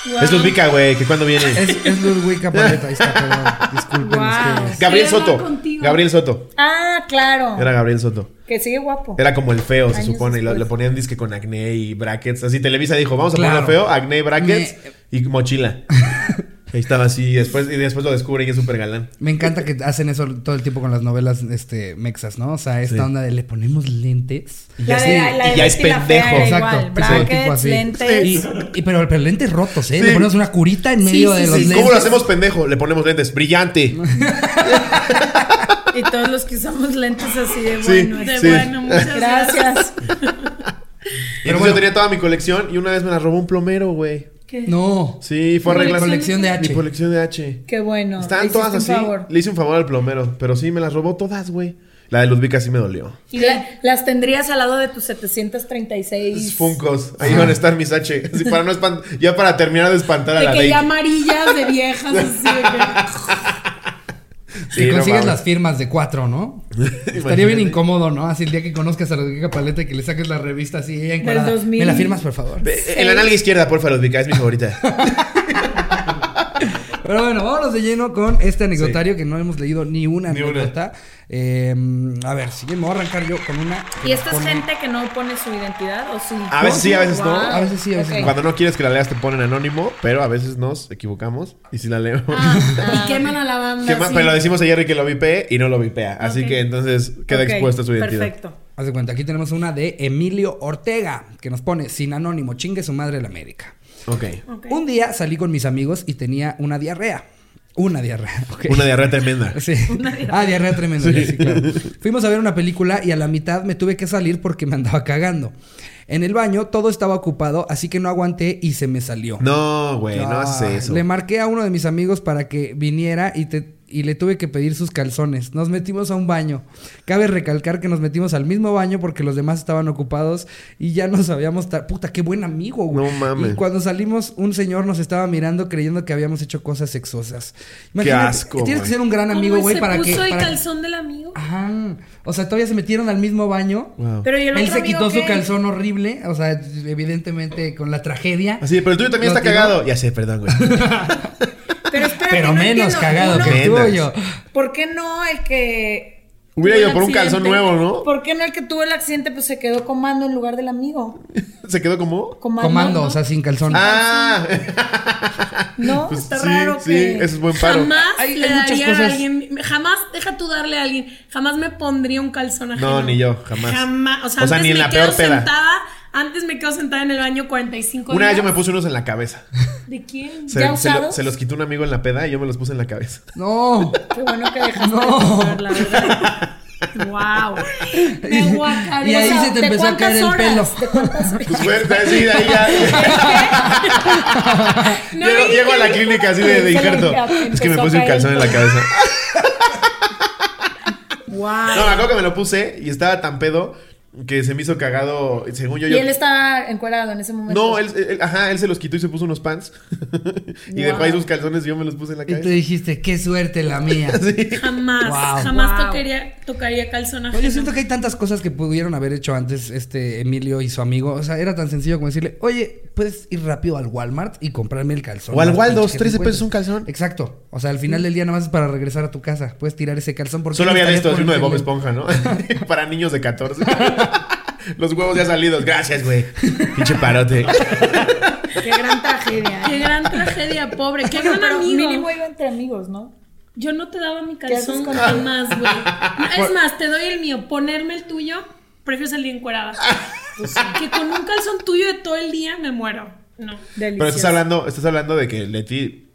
[SPEAKER 3] Guau.
[SPEAKER 2] Es Ludvica, güey, que cuando viene.
[SPEAKER 1] Es, es Ludwika Paleta, ahí está, perdón. Disculpen
[SPEAKER 4] Wow.
[SPEAKER 1] ustedes.
[SPEAKER 2] Gabriel
[SPEAKER 3] Quiero hablar
[SPEAKER 2] Soto.
[SPEAKER 3] contigo.
[SPEAKER 2] Gabriel Soto.
[SPEAKER 4] Ah, claro.
[SPEAKER 2] Era Gabriel Soto.
[SPEAKER 4] Que sigue guapo.
[SPEAKER 2] Era como el feo, se
[SPEAKER 4] Años
[SPEAKER 2] supone. Y lo-
[SPEAKER 4] después.
[SPEAKER 2] le ponían disque con acné y brackets. Así Televisa dijo, vamos a
[SPEAKER 1] Claro.
[SPEAKER 2] ponerlo feo, acné, brackets y mochila. Ahí estaba así. Y después, y después lo descubren y es súper galán.
[SPEAKER 1] Me encanta que hacen eso todo el tiempo con las novelas este, mexas, ¿no? O sea, esta
[SPEAKER 2] Sí.
[SPEAKER 1] onda de le ponemos lentes.
[SPEAKER 2] ya
[SPEAKER 4] de-
[SPEAKER 2] sí, y ya es
[SPEAKER 4] Betty la Fea
[SPEAKER 2] pendejo.
[SPEAKER 4] era
[SPEAKER 1] Exacto.
[SPEAKER 4] Igual.
[SPEAKER 1] pues, todo el
[SPEAKER 4] Brackets,
[SPEAKER 1] tipo así.
[SPEAKER 4] lentes.
[SPEAKER 1] Y, y- pero, pero lentes rotos, ¿eh? Le
[SPEAKER 2] Sí.
[SPEAKER 1] ponemos una curita en
[SPEAKER 4] Sí,
[SPEAKER 1] medio
[SPEAKER 4] sí,
[SPEAKER 1] de
[SPEAKER 4] sí.
[SPEAKER 1] los lentes.
[SPEAKER 2] ¿Cómo lo hacemos pendejo? Le ponemos lentes. Brillante.
[SPEAKER 4] Y todos los que usamos lentes así de
[SPEAKER 2] Sí.
[SPEAKER 4] bueno.
[SPEAKER 3] De
[SPEAKER 2] Sí.
[SPEAKER 3] bueno, muchas
[SPEAKER 4] Gracias.
[SPEAKER 2] Y entonces
[SPEAKER 1] bueno.
[SPEAKER 2] yo tenía toda mi colección y una vez me la robó un plomero, güey.
[SPEAKER 3] ¿Qué?
[SPEAKER 1] No.
[SPEAKER 2] Sí, fue
[SPEAKER 1] Mi
[SPEAKER 2] arreglando.
[SPEAKER 1] colección de H.
[SPEAKER 2] Mi colección de H.
[SPEAKER 4] Qué bueno. Le
[SPEAKER 2] Estaban
[SPEAKER 4] hiciste
[SPEAKER 2] todas
[SPEAKER 4] un
[SPEAKER 2] así.
[SPEAKER 4] favor.
[SPEAKER 2] Le hice un favor al plomero, pero sí, me las robó todas, güey. La de Ludvica sí me dolió.
[SPEAKER 4] Y la- las tendrías al lado de tus 736.
[SPEAKER 2] Funcos, ahí
[SPEAKER 4] Ah.
[SPEAKER 2] van a estar mis H. Así para no espant- ya para terminar de espantar a
[SPEAKER 3] De
[SPEAKER 2] la
[SPEAKER 3] que
[SPEAKER 2] ley.
[SPEAKER 3] ya amarillas de viejas así de
[SPEAKER 1] Te consigues las firmas de cuatro, ¿no? Estaría bien incómodo, ¿no? Así el día que conozcas a Rodríguez Paleta y que le saques la revista así, ella encuadrada.
[SPEAKER 4] 2000.
[SPEAKER 1] ¿Me la firmas, por favor?
[SPEAKER 2] En la nalga izquierda, porfa, Ludvica, es mi favorita.
[SPEAKER 1] Pero bueno, vámonos de lleno con este anecdotario que no hemos leído ni una
[SPEAKER 2] Ni una.
[SPEAKER 1] anécdota. Eh, a ver, si bien me voy a arrancar yo con una. que
[SPEAKER 4] ¿Y
[SPEAKER 1] me
[SPEAKER 4] esta es
[SPEAKER 1] pone-
[SPEAKER 4] gente que no pone su identidad o sí?
[SPEAKER 2] A veces sí, a veces no.
[SPEAKER 1] A veces sí, a veces
[SPEAKER 4] Ok.
[SPEAKER 1] no.
[SPEAKER 2] Cuando no quieres que la leas te ponen anónimo, pero a veces nos equivocamos y sí la leemos.
[SPEAKER 4] Ah,
[SPEAKER 1] Ah,
[SPEAKER 3] Y queman a la banda.
[SPEAKER 2] ¿Qué más?
[SPEAKER 3] sí.
[SPEAKER 2] Pero lo decimos a Jerry que lo vipee y no lo vipea. Así
[SPEAKER 3] Ok.
[SPEAKER 2] que entonces queda
[SPEAKER 4] Ok,
[SPEAKER 2] expuesta su identidad.
[SPEAKER 4] Perfecto.
[SPEAKER 1] Haz de cuenta, aquí tenemos una de Emilio Ortega, que nos pone sin anónimo, chingue su madre la América.
[SPEAKER 2] Ok.
[SPEAKER 3] Ok.
[SPEAKER 1] Un día salí con mis amigos y tenía una diarrea. Una diarrea, ok.
[SPEAKER 2] Una diarrea tremenda.
[SPEAKER 1] Sí. Ah, diarrea tremenda. ya, sí, claro. Fuimos a ver una película y a la mitad me tuve que salir porque me andaba cagando. En el baño todo estaba ocupado, así que no aguanté y se me salió.
[SPEAKER 2] No, güey, Eh, no haces
[SPEAKER 1] Ay,
[SPEAKER 2] eso.
[SPEAKER 1] Ah, Le marqué a uno de mis amigos para que viniera y, te- y le tuve que pedir sus calzones. Nos metimos a un baño. Cabe recalcar que nos metimos al mismo baño porque los demás estaban ocupados y ya nos habíamos... tar- Puta, qué buen amigo, güey.
[SPEAKER 2] No mames.
[SPEAKER 1] Y cuando salimos, un señor nos estaba mirando creyendo que habíamos hecho cosas sexosas.
[SPEAKER 2] asco,
[SPEAKER 1] Tienes
[SPEAKER 2] güey.
[SPEAKER 1] que ser un gran
[SPEAKER 3] ¿Cómo
[SPEAKER 1] amigo, güey,
[SPEAKER 3] se
[SPEAKER 1] para que... Ah,
[SPEAKER 3] puso el
[SPEAKER 1] para-
[SPEAKER 3] calzón del amigo?
[SPEAKER 1] Ajá. O sea, todavía se metieron al mismo baño.
[SPEAKER 2] Wow.
[SPEAKER 4] Pero ¿y el
[SPEAKER 1] Él
[SPEAKER 4] otro
[SPEAKER 1] se
[SPEAKER 4] amigo
[SPEAKER 1] quitó su
[SPEAKER 4] qué?
[SPEAKER 1] calzón horrible, o sea, evidentemente con la tragedia.
[SPEAKER 2] Así, Ah, pero el tuyo también
[SPEAKER 1] Lo
[SPEAKER 2] está
[SPEAKER 1] tiró.
[SPEAKER 2] cagado. Ya sé, perdón, güey.
[SPEAKER 4] Pero espérate,
[SPEAKER 1] Pero
[SPEAKER 4] no
[SPEAKER 1] menos
[SPEAKER 4] entiendo,
[SPEAKER 1] cagado
[SPEAKER 4] uno-
[SPEAKER 1] que el
[SPEAKER 2] Vendas.
[SPEAKER 1] tuyo.
[SPEAKER 4] ¿Por qué no el que
[SPEAKER 2] Hubiera
[SPEAKER 3] Tuvo
[SPEAKER 2] ido
[SPEAKER 3] un
[SPEAKER 2] por un calzón
[SPEAKER 3] accidente.
[SPEAKER 2] nuevo, ¿no?
[SPEAKER 4] ¿Por qué no el que tuvo el accidente pues se quedó comando en lugar del amigo?
[SPEAKER 2] Se quedó como.
[SPEAKER 4] Comando.
[SPEAKER 1] Comando,
[SPEAKER 4] ¿no?
[SPEAKER 1] o sea, sin calzón.
[SPEAKER 2] Ah,
[SPEAKER 4] No,
[SPEAKER 2] Pues
[SPEAKER 4] está
[SPEAKER 2] sí,
[SPEAKER 4] raro
[SPEAKER 2] sí,
[SPEAKER 4] que.
[SPEAKER 2] ese es buen paro.
[SPEAKER 3] Jamás
[SPEAKER 1] Hay-
[SPEAKER 3] le
[SPEAKER 1] hay muchas
[SPEAKER 3] daría
[SPEAKER 1] cosas.
[SPEAKER 3] a alguien. Jamás, deja tú darle a alguien. Jamás me pondría un calzón ajeno.
[SPEAKER 2] No, ni yo, jamás.
[SPEAKER 3] Jamás. O sea,
[SPEAKER 2] O sea,
[SPEAKER 3] antes
[SPEAKER 2] ni en
[SPEAKER 3] me
[SPEAKER 2] la
[SPEAKER 3] quedo
[SPEAKER 2] peor peda.
[SPEAKER 3] sentada. Antes me quedo sentada en el baño 45
[SPEAKER 2] una vez yo
[SPEAKER 3] días.
[SPEAKER 2] me puse unos en la cabeza.
[SPEAKER 3] ¿De quién?
[SPEAKER 2] Se,
[SPEAKER 4] ¿Ya
[SPEAKER 2] se lo-
[SPEAKER 4] usados?
[SPEAKER 2] se los quitó un amigo en la peda y yo me los puse en la cabeza.
[SPEAKER 1] No.
[SPEAKER 4] Qué bueno que dejaste
[SPEAKER 1] No.
[SPEAKER 4] de jugar, la verdad.
[SPEAKER 3] wow. Me guacareo.
[SPEAKER 1] Y ahí se te
[SPEAKER 4] ¿De
[SPEAKER 1] empezó a caer el
[SPEAKER 4] cuántas horas?
[SPEAKER 1] pelo.
[SPEAKER 4] ¿De cuántas horas?
[SPEAKER 2] Pues fue, así, de ahí ya.
[SPEAKER 3] No,
[SPEAKER 2] llego,
[SPEAKER 3] y
[SPEAKER 2] llego a
[SPEAKER 3] que-
[SPEAKER 2] la clínica así de, de
[SPEAKER 4] Se la-
[SPEAKER 2] injerto.
[SPEAKER 4] empezó
[SPEAKER 2] Es que me
[SPEAKER 4] a
[SPEAKER 2] puse un
[SPEAKER 4] caer
[SPEAKER 2] calzón en la cabeza.
[SPEAKER 4] Wow.
[SPEAKER 2] No, me acuerdo que me lo puse y estaba tan pedo que se me hizo cagado, según yo.
[SPEAKER 4] Y
[SPEAKER 2] yo-
[SPEAKER 4] él estaba encuerado en ese momento.
[SPEAKER 2] No, él, él- ajá, él se los quitó y se puso unos pants. y dejó ahí
[SPEAKER 4] Wow.
[SPEAKER 2] sus calzones y yo me los puse en la
[SPEAKER 1] Y tú
[SPEAKER 2] cabeza.
[SPEAKER 1] dijiste, qué suerte la mía.
[SPEAKER 3] Jamás,
[SPEAKER 1] Wow.
[SPEAKER 3] jamás
[SPEAKER 4] Wow.
[SPEAKER 3] tocaría, tocaría calzón
[SPEAKER 1] No,
[SPEAKER 3] ajeno.
[SPEAKER 1] yo siento que hay tantas cosas que pudieron haber hecho antes este Emilio y su amigo. O sea, era tan sencillo como decirle, oye, puedes ir rápido al Walmart y comprarme el calzón.
[SPEAKER 2] O al
[SPEAKER 1] más
[SPEAKER 2] Waldos,
[SPEAKER 1] pinche que
[SPEAKER 2] 13
[SPEAKER 1] te
[SPEAKER 2] pesos un
[SPEAKER 1] encuentres".
[SPEAKER 2] calzón.
[SPEAKER 1] Exacto. O sea, al final del día nada más es para regresar a tu casa. Puedes tirar ese calzón porque...
[SPEAKER 2] Solo había de
[SPEAKER 1] esta
[SPEAKER 2] estos,
[SPEAKER 1] vez
[SPEAKER 2] uno de Bob
[SPEAKER 1] pones el-
[SPEAKER 2] Esponja, ¿no? Para niños de 14. los huevos ya salidos. Gracias, güey. Pinche parote.
[SPEAKER 4] Qué gran tragedia.
[SPEAKER 3] Qué gran tragedia, pobre. Qué gran
[SPEAKER 4] Pero
[SPEAKER 3] amigo.
[SPEAKER 4] mínimo iba entre amigos, ¿no?
[SPEAKER 3] Yo no te daba mi
[SPEAKER 4] haces
[SPEAKER 3] calzón
[SPEAKER 4] con-
[SPEAKER 3] jamás, güey. No, Es más, te doy el mío. Ponerme el tuyo, prefiero salir encuerada.
[SPEAKER 4] Pues
[SPEAKER 3] Que con un calzón tuyo de todo el día me muero. No.
[SPEAKER 2] Pero
[SPEAKER 4] Delicioso.
[SPEAKER 2] estás hablando, estás hablando de que Leti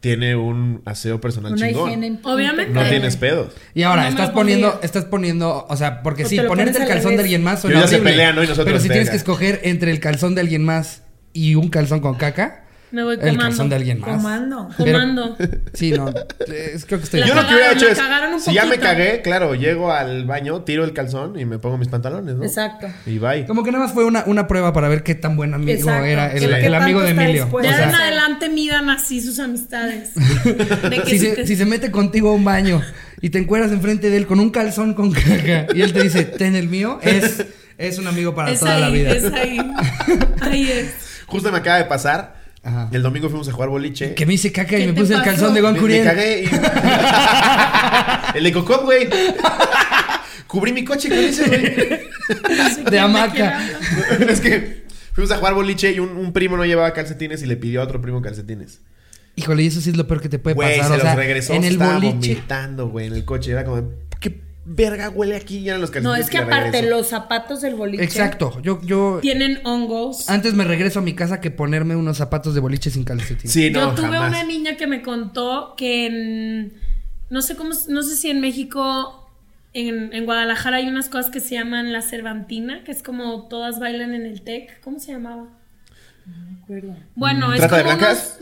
[SPEAKER 2] tiene un aseo personal
[SPEAKER 4] Una
[SPEAKER 2] chingón.
[SPEAKER 4] higiene imp-
[SPEAKER 3] Obviamente.
[SPEAKER 2] No
[SPEAKER 4] impecable.
[SPEAKER 2] tienes pedos.
[SPEAKER 1] Y ahora,
[SPEAKER 3] No me lo
[SPEAKER 1] estás poniendo,
[SPEAKER 3] pondría.
[SPEAKER 1] estás poniendo, o sea, porque
[SPEAKER 4] O
[SPEAKER 1] sí,
[SPEAKER 4] te lo
[SPEAKER 1] ponerte
[SPEAKER 4] pones
[SPEAKER 1] el
[SPEAKER 4] al
[SPEAKER 1] calzón de
[SPEAKER 4] revés.
[SPEAKER 1] alguien más suena
[SPEAKER 2] Ellos ya se
[SPEAKER 1] horrible.
[SPEAKER 2] pelean, ¿no? Y nosotros,
[SPEAKER 1] Pero si tienes
[SPEAKER 2] venga.
[SPEAKER 1] que escoger entre el calzón de alguien más y un calzón con caca,
[SPEAKER 3] Me voy
[SPEAKER 1] el
[SPEAKER 3] comando.
[SPEAKER 1] calzón de alguien más.
[SPEAKER 4] Comando.
[SPEAKER 1] Pero-
[SPEAKER 3] Comando.
[SPEAKER 1] sí, no, es- creo que estoy...
[SPEAKER 3] La
[SPEAKER 2] Yo lo que hubiera
[SPEAKER 3] cagaron,
[SPEAKER 2] hecho
[SPEAKER 3] la
[SPEAKER 2] es,
[SPEAKER 3] cagaron un
[SPEAKER 2] si ya me
[SPEAKER 3] poquito.
[SPEAKER 2] cagué, claro, llego al baño, tiro el calzón y me pongo mis pantalones, ¿no?
[SPEAKER 4] Exacto.
[SPEAKER 2] Y bye.
[SPEAKER 1] Como que nada más fue una, una prueba para ver qué tan buen amigo
[SPEAKER 4] Exacto.
[SPEAKER 1] era el,
[SPEAKER 4] Sí.
[SPEAKER 1] el
[SPEAKER 4] ¿Qué
[SPEAKER 1] amigo
[SPEAKER 4] tanto
[SPEAKER 1] de
[SPEAKER 4] está
[SPEAKER 1] Emilio.
[SPEAKER 4] dispuesto?
[SPEAKER 3] De
[SPEAKER 1] pues, O
[SPEAKER 3] ahora en
[SPEAKER 1] sea,
[SPEAKER 3] adelante midan así sus amistades. De que
[SPEAKER 1] si,
[SPEAKER 3] si
[SPEAKER 1] se,
[SPEAKER 3] te-
[SPEAKER 1] si se mete contigo a un baño y te encueras enfrente de él con un calzón con caca y él te dice, ten el mío, es, es un amigo para
[SPEAKER 3] es
[SPEAKER 1] toda
[SPEAKER 3] ahí,
[SPEAKER 1] la vida.
[SPEAKER 3] es ahí. Ahí es.
[SPEAKER 2] Justo me acaba de pasar.
[SPEAKER 1] Ajá.
[SPEAKER 2] El domingo fuimos a jugar boliche.
[SPEAKER 1] Que me hice caca
[SPEAKER 3] ¿Qué
[SPEAKER 1] y me
[SPEAKER 3] te
[SPEAKER 1] puse el
[SPEAKER 3] pasó?
[SPEAKER 1] calzón de Juan
[SPEAKER 2] me, me
[SPEAKER 1] Curiel.
[SPEAKER 2] cagué y... el de Cocop, güey. Cubrí mi coche con ese, güey.
[SPEAKER 3] No sé quién
[SPEAKER 1] hamaca.
[SPEAKER 3] quiere hablar.
[SPEAKER 2] es que fuimos a jugar boliche y un, un primo no llevaba calcetines y le pidió a otro primo calcetines.
[SPEAKER 1] Híjole, y eso sí es lo peor que te puede
[SPEAKER 2] Güey, se
[SPEAKER 1] pasar.
[SPEAKER 2] los
[SPEAKER 1] o sea,
[SPEAKER 2] regresó.
[SPEAKER 1] en
[SPEAKER 2] se
[SPEAKER 1] el
[SPEAKER 2] estaba
[SPEAKER 1] boliche.
[SPEAKER 2] vomitando, güey, en el coche. Era como, ¿qué verga huele aquí? Y eran los
[SPEAKER 4] No,
[SPEAKER 2] calcetines.
[SPEAKER 4] es que
[SPEAKER 2] le
[SPEAKER 4] aparte,
[SPEAKER 2] regresó.
[SPEAKER 4] los zapatos del boliche.
[SPEAKER 1] Exacto. Yo, yo
[SPEAKER 3] Tienen hongos.
[SPEAKER 1] antes me regreso a mi casa que ponerme unos zapatos de boliche sin calcetín.
[SPEAKER 2] Sí, no,
[SPEAKER 3] Yo tuve
[SPEAKER 2] jamás.
[SPEAKER 3] una niña que me contó que en. No sé cómo. No sé si en México. En, en Guadalajara hay unas cosas que se llaman la Cervantina, que es como todas bailan en el TEC. ¿Cómo se llamaba?
[SPEAKER 4] De acuerdo.
[SPEAKER 3] Bueno, es
[SPEAKER 2] Mm, ¿Trata de
[SPEAKER 3] como
[SPEAKER 2] blancas?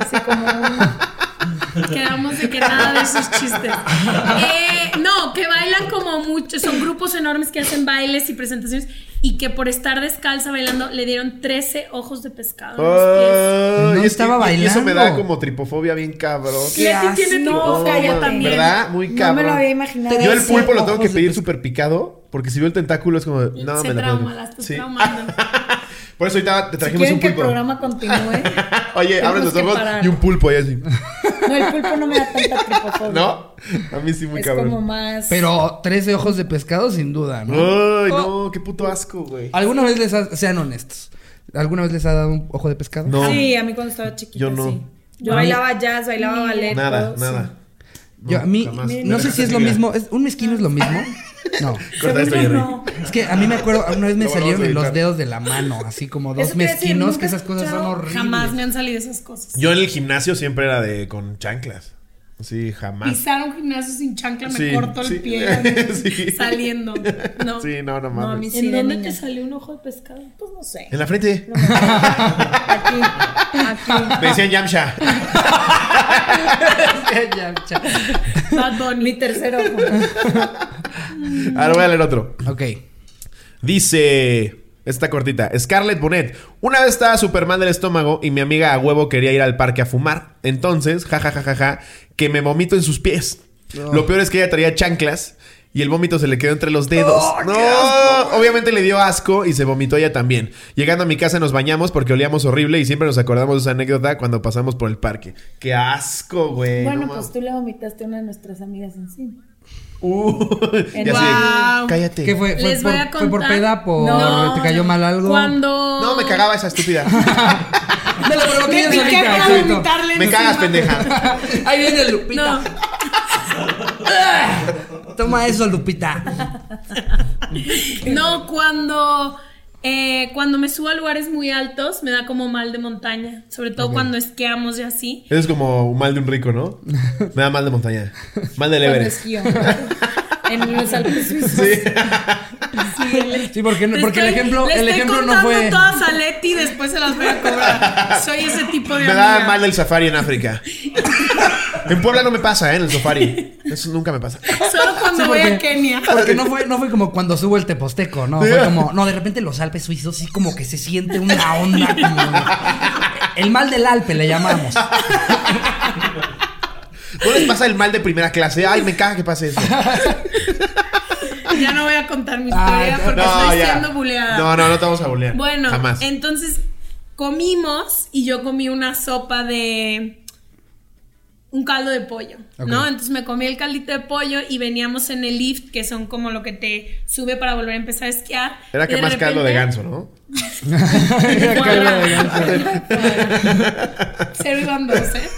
[SPEAKER 4] Así como un-
[SPEAKER 3] unos- Quedamos de que nada de esos chistes. Eh, no, que bailan como muchos. Son grupos enormes que hacen bailes y presentaciones. Y que por estar descalza bailando le dieron 13 ojos de pescado en los pies.
[SPEAKER 2] Ay,
[SPEAKER 1] No
[SPEAKER 2] es-
[SPEAKER 1] estaba
[SPEAKER 2] y- y Eso me da
[SPEAKER 1] bailando.
[SPEAKER 2] como tripofobia bien cabrón.
[SPEAKER 1] Qué
[SPEAKER 3] Leti tiene
[SPEAKER 4] asco.
[SPEAKER 3] tipo
[SPEAKER 4] cállate.
[SPEAKER 3] también.
[SPEAKER 2] ¿Verdad? Muy
[SPEAKER 4] No
[SPEAKER 2] cabrón.
[SPEAKER 4] me lo había imaginado.
[SPEAKER 1] Te
[SPEAKER 2] Yo el
[SPEAKER 1] Ese
[SPEAKER 2] pulpo lo tengo
[SPEAKER 1] ojos
[SPEAKER 2] que
[SPEAKER 1] de
[SPEAKER 2] pedir
[SPEAKER 1] pez-
[SPEAKER 2] súper picado porque si veo el tentáculo es como, no,
[SPEAKER 3] se
[SPEAKER 2] me lo puedo
[SPEAKER 3] trauma,
[SPEAKER 2] comer.
[SPEAKER 3] la estás
[SPEAKER 2] Sí. Ah,
[SPEAKER 3] traumando.
[SPEAKER 2] Por eso ahorita te
[SPEAKER 4] Si
[SPEAKER 2] trajimos
[SPEAKER 4] quieren
[SPEAKER 2] un
[SPEAKER 4] que el
[SPEAKER 2] pulpo.
[SPEAKER 4] programa continúe.
[SPEAKER 2] Oye, abres
[SPEAKER 4] Tenemos
[SPEAKER 2] los
[SPEAKER 4] que
[SPEAKER 2] ojos
[SPEAKER 4] parar.
[SPEAKER 2] y un pulpo ahí así.
[SPEAKER 4] No, el pulpo no me da tanta tripofobia.
[SPEAKER 2] ¿No? A mí sí, muy
[SPEAKER 4] es
[SPEAKER 2] cabrón.
[SPEAKER 4] como más.
[SPEAKER 1] Pero 13 ojos de pescado, sin duda, ¿no?
[SPEAKER 2] Ay, no, qué puto asco,
[SPEAKER 4] Ah,
[SPEAKER 2] güey.
[SPEAKER 1] ¿Alguna vez les ha- sean honestos? ¿Alguna vez les ha dado un ojo de pescado?
[SPEAKER 2] No,
[SPEAKER 4] Sí, a mí cuando estaba chiquita.
[SPEAKER 2] Yo no.
[SPEAKER 4] sí. Yo
[SPEAKER 1] A mí-
[SPEAKER 4] bailaba jazz, bailaba ballet.
[SPEAKER 2] nada,
[SPEAKER 4] todo, sí.
[SPEAKER 2] nada.
[SPEAKER 1] Yo a mí,
[SPEAKER 2] jamás.
[SPEAKER 1] no sé si es lo
[SPEAKER 2] Mira.
[SPEAKER 1] mismo, es, un mezquino es lo mismo. No.
[SPEAKER 2] Corta esto,
[SPEAKER 4] Según yo,
[SPEAKER 2] Jerry.
[SPEAKER 4] no.
[SPEAKER 1] Es que a mí me acuerdo, una vez me
[SPEAKER 2] Lo vamos a
[SPEAKER 1] salieron
[SPEAKER 2] editar.
[SPEAKER 1] los dedos de la mano, así como dos
[SPEAKER 4] Eso te iba a decir,
[SPEAKER 1] mezquinos,
[SPEAKER 4] nunca
[SPEAKER 1] que
[SPEAKER 4] he
[SPEAKER 1] esas cosas son
[SPEAKER 4] escuchado
[SPEAKER 1] horribles.
[SPEAKER 3] Jamás me han salido esas cosas.
[SPEAKER 2] Yo en el gimnasio siempre era de con chanclas. Sí, jamás.
[SPEAKER 3] Pisar un gimnasio sin chancla me
[SPEAKER 2] Sí,
[SPEAKER 3] corto el
[SPEAKER 2] sí.
[SPEAKER 3] pie
[SPEAKER 2] Sí.
[SPEAKER 3] saliendo. No.
[SPEAKER 2] Sí, no, no
[SPEAKER 4] No, a mí
[SPEAKER 2] mames.
[SPEAKER 4] sí, de niña.
[SPEAKER 3] salió un ojo de pescado?
[SPEAKER 4] Pues no sé.
[SPEAKER 1] Eh,
[SPEAKER 2] En la frente.
[SPEAKER 4] Aquí. Aquí.
[SPEAKER 2] Me decían Yamsha.
[SPEAKER 1] Ya, ya.
[SPEAKER 3] Bad
[SPEAKER 4] Mi
[SPEAKER 3] Bunny.
[SPEAKER 4] tercer ojo.
[SPEAKER 2] Ahora voy a leer otro.
[SPEAKER 1] Ok.
[SPEAKER 2] Dice. Esta cortita. Scarlett Bonet. Una vez estaba super mal del estómago y mi amiga a huevo quería ir al parque a fumar. Entonces, jajajajaja, que me vomito en sus pies.
[SPEAKER 1] No.
[SPEAKER 2] Lo peor es que ella traía chanclas y el vómito se le quedó entre los dedos.
[SPEAKER 1] ¡Oh, qué
[SPEAKER 2] no, obviamente le dio asco y se vomitó ella también. Llegando a mi casa nos bañamos porque olíamos horrible y siempre nos acordamos de esa anécdota cuando pasamos por el parque. Qué asco, güey.
[SPEAKER 4] Bueno,
[SPEAKER 2] no
[SPEAKER 4] pues
[SPEAKER 2] mames.
[SPEAKER 4] tú le vomitaste a una de nuestras amigas encima.
[SPEAKER 2] Uh,
[SPEAKER 4] En-
[SPEAKER 2] y así de,
[SPEAKER 3] Guau.
[SPEAKER 2] Cállate.
[SPEAKER 1] ¿Qué fue? ¿Fue,
[SPEAKER 3] Les
[SPEAKER 1] por,
[SPEAKER 3] voy a contar.
[SPEAKER 1] fue por peda? ¿Por
[SPEAKER 3] No.
[SPEAKER 1] te cayó mal algo?
[SPEAKER 3] Cuando.
[SPEAKER 2] No, me cagaba esa estúpida.
[SPEAKER 1] Me lo provoqué yo
[SPEAKER 3] Me
[SPEAKER 1] solita,
[SPEAKER 3] cagaba
[SPEAKER 1] exacto.
[SPEAKER 3] vomitarle
[SPEAKER 2] me
[SPEAKER 3] encima.
[SPEAKER 2] cagas, pendeja.
[SPEAKER 1] Ahí viene Lupita.
[SPEAKER 3] No.
[SPEAKER 1] Toma eso, Lupita.
[SPEAKER 3] No, cuando, eh, cuando me subo a lugares muy altos me da como mal de montaña, sobre todo cuando esquiamos y así.
[SPEAKER 2] Eso es como un mal de un rico, ¿no? Me da mal de montaña. Mal del
[SPEAKER 4] Cuando
[SPEAKER 2] Everest.
[SPEAKER 4] esquío. En los Alpes suizos.
[SPEAKER 1] Sí, porque, no-
[SPEAKER 3] Le
[SPEAKER 1] porque el
[SPEAKER 3] estoy-
[SPEAKER 1] ejemplo,
[SPEAKER 3] le
[SPEAKER 1] el
[SPEAKER 3] estoy
[SPEAKER 1] ejemplo no
[SPEAKER 3] contando
[SPEAKER 1] fue.
[SPEAKER 3] todas a Leti y después se las voy a cobrar. Soy ese tipo de
[SPEAKER 2] Me da
[SPEAKER 3] amiga.
[SPEAKER 2] mal del safari en África. En Puebla no me pasa, ¿eh? En el safari. Eso nunca me pasa.
[SPEAKER 3] Solo cuando
[SPEAKER 1] Sí,
[SPEAKER 3] voy
[SPEAKER 1] porque-
[SPEAKER 3] a Kenia.
[SPEAKER 1] Porque no fue, no fue como cuando subo el teposteco, ¿no? Fue como, no, de repente los Alpes suizos sí como que se siente una onda como- El mal del Alpe le llamamos.
[SPEAKER 2] No les pasa el mal de primera clase. Ay, me caga que pase eso.
[SPEAKER 3] Ya no voy a contar mi
[SPEAKER 1] Ah,
[SPEAKER 3] historia
[SPEAKER 1] no,
[SPEAKER 3] porque
[SPEAKER 2] No,
[SPEAKER 3] estoy
[SPEAKER 2] ya.
[SPEAKER 3] siendo buleada.
[SPEAKER 2] No, no, no te vamos a bulear.
[SPEAKER 3] Bueno,
[SPEAKER 2] Jamás.
[SPEAKER 3] entonces comimos y yo comí una sopa de un caldo de pollo, ¿no?
[SPEAKER 1] Ok.
[SPEAKER 3] Entonces me comí el caldito de pollo y veníamos en el lift, que son como lo que te sube para volver a empezar a esquiar.
[SPEAKER 2] Era
[SPEAKER 3] y
[SPEAKER 2] que
[SPEAKER 3] de
[SPEAKER 2] más caldo de
[SPEAKER 3] repente-
[SPEAKER 2] ganso, ¿no?
[SPEAKER 3] Cero y van dos, ¿eh?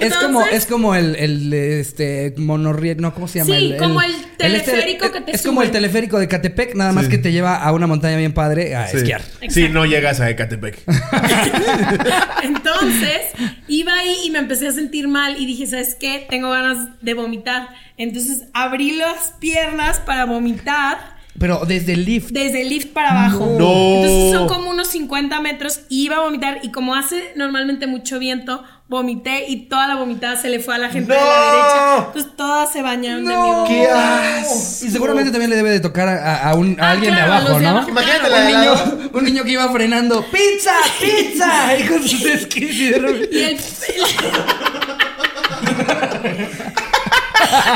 [SPEAKER 1] Es como,
[SPEAKER 3] Entonces-
[SPEAKER 1] es como el, el este monorriel, no, ¿cómo se llama?
[SPEAKER 3] Sí, como el
[SPEAKER 1] este-
[SPEAKER 3] teleférico que te
[SPEAKER 1] Es como el
[SPEAKER 3] sube.
[SPEAKER 1] teleférico de Catepec, nada más
[SPEAKER 2] Sí.
[SPEAKER 1] que te lleva a una montaña bien padre a
[SPEAKER 2] Sí.
[SPEAKER 1] esquiar.
[SPEAKER 2] Sí, no llegas a Ecatepec.
[SPEAKER 3] Entonces, iba ahí y me empecé a sentir mal y dije, ¿sabes qué? Tengo ganas de vomitar. Entonces abrí las piernas para vomitar
[SPEAKER 1] Pero desde el lift.
[SPEAKER 3] desde el lift para abajo.
[SPEAKER 2] No.
[SPEAKER 3] Entonces son como unos 50 metros y iba a vomitar y como hace normalmente mucho viento, vomité y toda la vomitada se le fue a la gente de
[SPEAKER 2] No.
[SPEAKER 3] la derecha. Entonces todas se bañaron de mi vómito.
[SPEAKER 2] ¿Qué
[SPEAKER 1] Y seguramente también le debe de tocar a, a un, a
[SPEAKER 3] Ah,
[SPEAKER 1] alguien
[SPEAKER 3] claro,
[SPEAKER 1] de
[SPEAKER 3] a
[SPEAKER 1] abajo,
[SPEAKER 3] los de
[SPEAKER 1] ¿no?
[SPEAKER 3] abajo.
[SPEAKER 2] Imagínate la
[SPEAKER 1] Un
[SPEAKER 2] de al lado.
[SPEAKER 1] niño, un niño que iba frenando ¡Pizza! ¡Pizza! Y con sus esquís y de repente-
[SPEAKER 3] Y, el-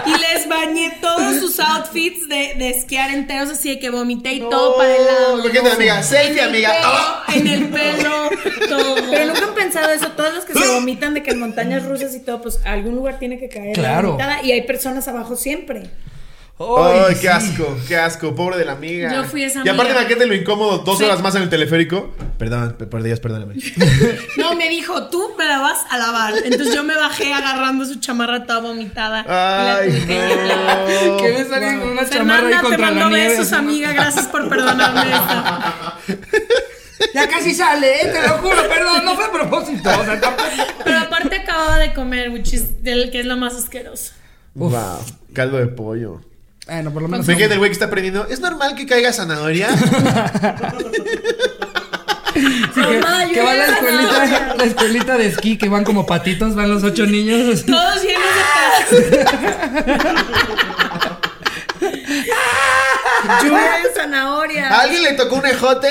[SPEAKER 3] Y les bañé todos sus outfits de, de esquiar enteros, así de que vomité y todo para el lado.
[SPEAKER 2] Imagínate, amiga. Selfie, amiga. ¡Ah!
[SPEAKER 3] En el pelo, todo.
[SPEAKER 4] Pero nunca han pensado eso, todos los que se vomitan de que en montañas rusas y todo, pues a algún lugar tiene que caer
[SPEAKER 1] Claro.
[SPEAKER 4] la vomitada y hay personas abajo siempre.
[SPEAKER 2] Ay,
[SPEAKER 1] sí.
[SPEAKER 2] qué asco, qué asco, pobre de la amiga.
[SPEAKER 3] Yo fui esa
[SPEAKER 2] Y aparte,
[SPEAKER 3] amiga.
[SPEAKER 2] imagínate lo incómodo, dos
[SPEAKER 3] Sí.
[SPEAKER 2] horas más en el teleférico. Perdón, per- por Dios, perdóname.
[SPEAKER 3] No, me dijo, tú me la vas a lavar. Entonces yo me bajé agarrando su chamarra toda vomitada.
[SPEAKER 2] Ay,
[SPEAKER 3] y la tuve que lavar.
[SPEAKER 2] no.
[SPEAKER 1] Que ves a alguien con una chamarra ahí
[SPEAKER 3] Fernanda, te
[SPEAKER 1] contra la
[SPEAKER 3] mando
[SPEAKER 1] nieve.
[SPEAKER 3] besos, amiga. Gracias por perdonarme esta.
[SPEAKER 1] Ya casi sale, ¿eh? te lo juro, perdón, no fue a propósito. O sea, tampoco-
[SPEAKER 3] Pero aparte acababa de comer, which is- del que es lo más asqueroso.
[SPEAKER 1] Uf.
[SPEAKER 2] Wow, caldo de pollo.
[SPEAKER 1] Bueno, por lo menos.
[SPEAKER 2] Fíjate el güey que está aprendiendo. ¿Es normal que caiga zanahoria?
[SPEAKER 1] Sí, que,
[SPEAKER 4] Mamá, yo
[SPEAKER 1] que va
[SPEAKER 4] ya
[SPEAKER 1] la
[SPEAKER 4] no.
[SPEAKER 1] escuelita, la escuelita de esquí, que van como patitos, van los ocho niños. así.
[SPEAKER 3] Todos llenos de pedazos.
[SPEAKER 4] Lluvia de zanahoria.
[SPEAKER 2] ¿A alguien le tocó un ejote?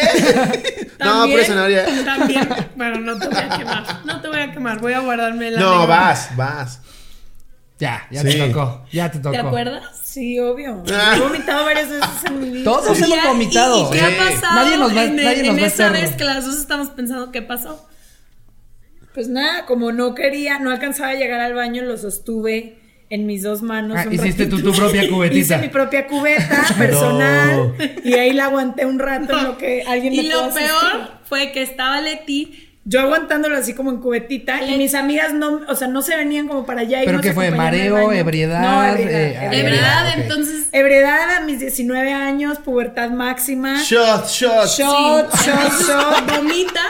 [SPEAKER 2] no,
[SPEAKER 3] También-
[SPEAKER 2] pero es zanahoria.
[SPEAKER 3] También. Bueno, no te voy a quemar. No te voy a quemar. Voy a guardarme la.
[SPEAKER 2] No,
[SPEAKER 3] anécdota.
[SPEAKER 2] vas, vas.
[SPEAKER 1] Ya, ya
[SPEAKER 2] Sí.
[SPEAKER 1] te tocó, ya te tocó.
[SPEAKER 3] ¿Te acuerdas?
[SPEAKER 4] Sí, obvio.
[SPEAKER 2] Ah.
[SPEAKER 4] He vomitado varias veces en mi vida.
[SPEAKER 1] Todos
[SPEAKER 3] Y
[SPEAKER 1] hemos
[SPEAKER 3] ya-
[SPEAKER 1] vomitado.
[SPEAKER 3] ¿Y, y qué
[SPEAKER 2] Sí.
[SPEAKER 3] ha pasado?
[SPEAKER 1] Nadie nos va-
[SPEAKER 3] en,
[SPEAKER 1] nadie nos
[SPEAKER 3] en
[SPEAKER 1] va a
[SPEAKER 3] esa
[SPEAKER 1] hacer-
[SPEAKER 3] vez que las dos estamos pensando qué pasó.
[SPEAKER 4] Pues nada, como no quería, no alcanzaba a llegar al baño, lo sostuve en mis dos manos.
[SPEAKER 1] Ah,
[SPEAKER 4] un
[SPEAKER 1] hiciste
[SPEAKER 4] ratito.
[SPEAKER 1] tú tu propia cubetita.
[SPEAKER 4] Hice mi propia cubeta personal y ahí la aguanté un rato en lo que alguien me
[SPEAKER 3] Y
[SPEAKER 4] pudo
[SPEAKER 3] lo
[SPEAKER 4] asistir.
[SPEAKER 3] peor fue que estaba Leti.
[SPEAKER 4] Yo aguantándolo así como en cubetita y mis amigas no, o sea, no se venían como para allá. y
[SPEAKER 1] ¿Pero
[SPEAKER 4] no
[SPEAKER 1] qué
[SPEAKER 4] se
[SPEAKER 1] fue?
[SPEAKER 4] acompañaban al
[SPEAKER 1] ¿Mareo?
[SPEAKER 4] baño.
[SPEAKER 1] ¿Ebriedad?
[SPEAKER 4] No,
[SPEAKER 1] Eh,
[SPEAKER 4] ebriedad.
[SPEAKER 1] ah,
[SPEAKER 3] De
[SPEAKER 4] ebriedad.
[SPEAKER 3] verdad,
[SPEAKER 1] ok.
[SPEAKER 3] entonces.
[SPEAKER 4] Ebriedad a mis 19 años, pubertad
[SPEAKER 3] Ah.
[SPEAKER 4] máxima.
[SPEAKER 2] Shot, shot.
[SPEAKER 4] Shot,
[SPEAKER 3] sí.
[SPEAKER 4] shot, shot.
[SPEAKER 3] Vomitas.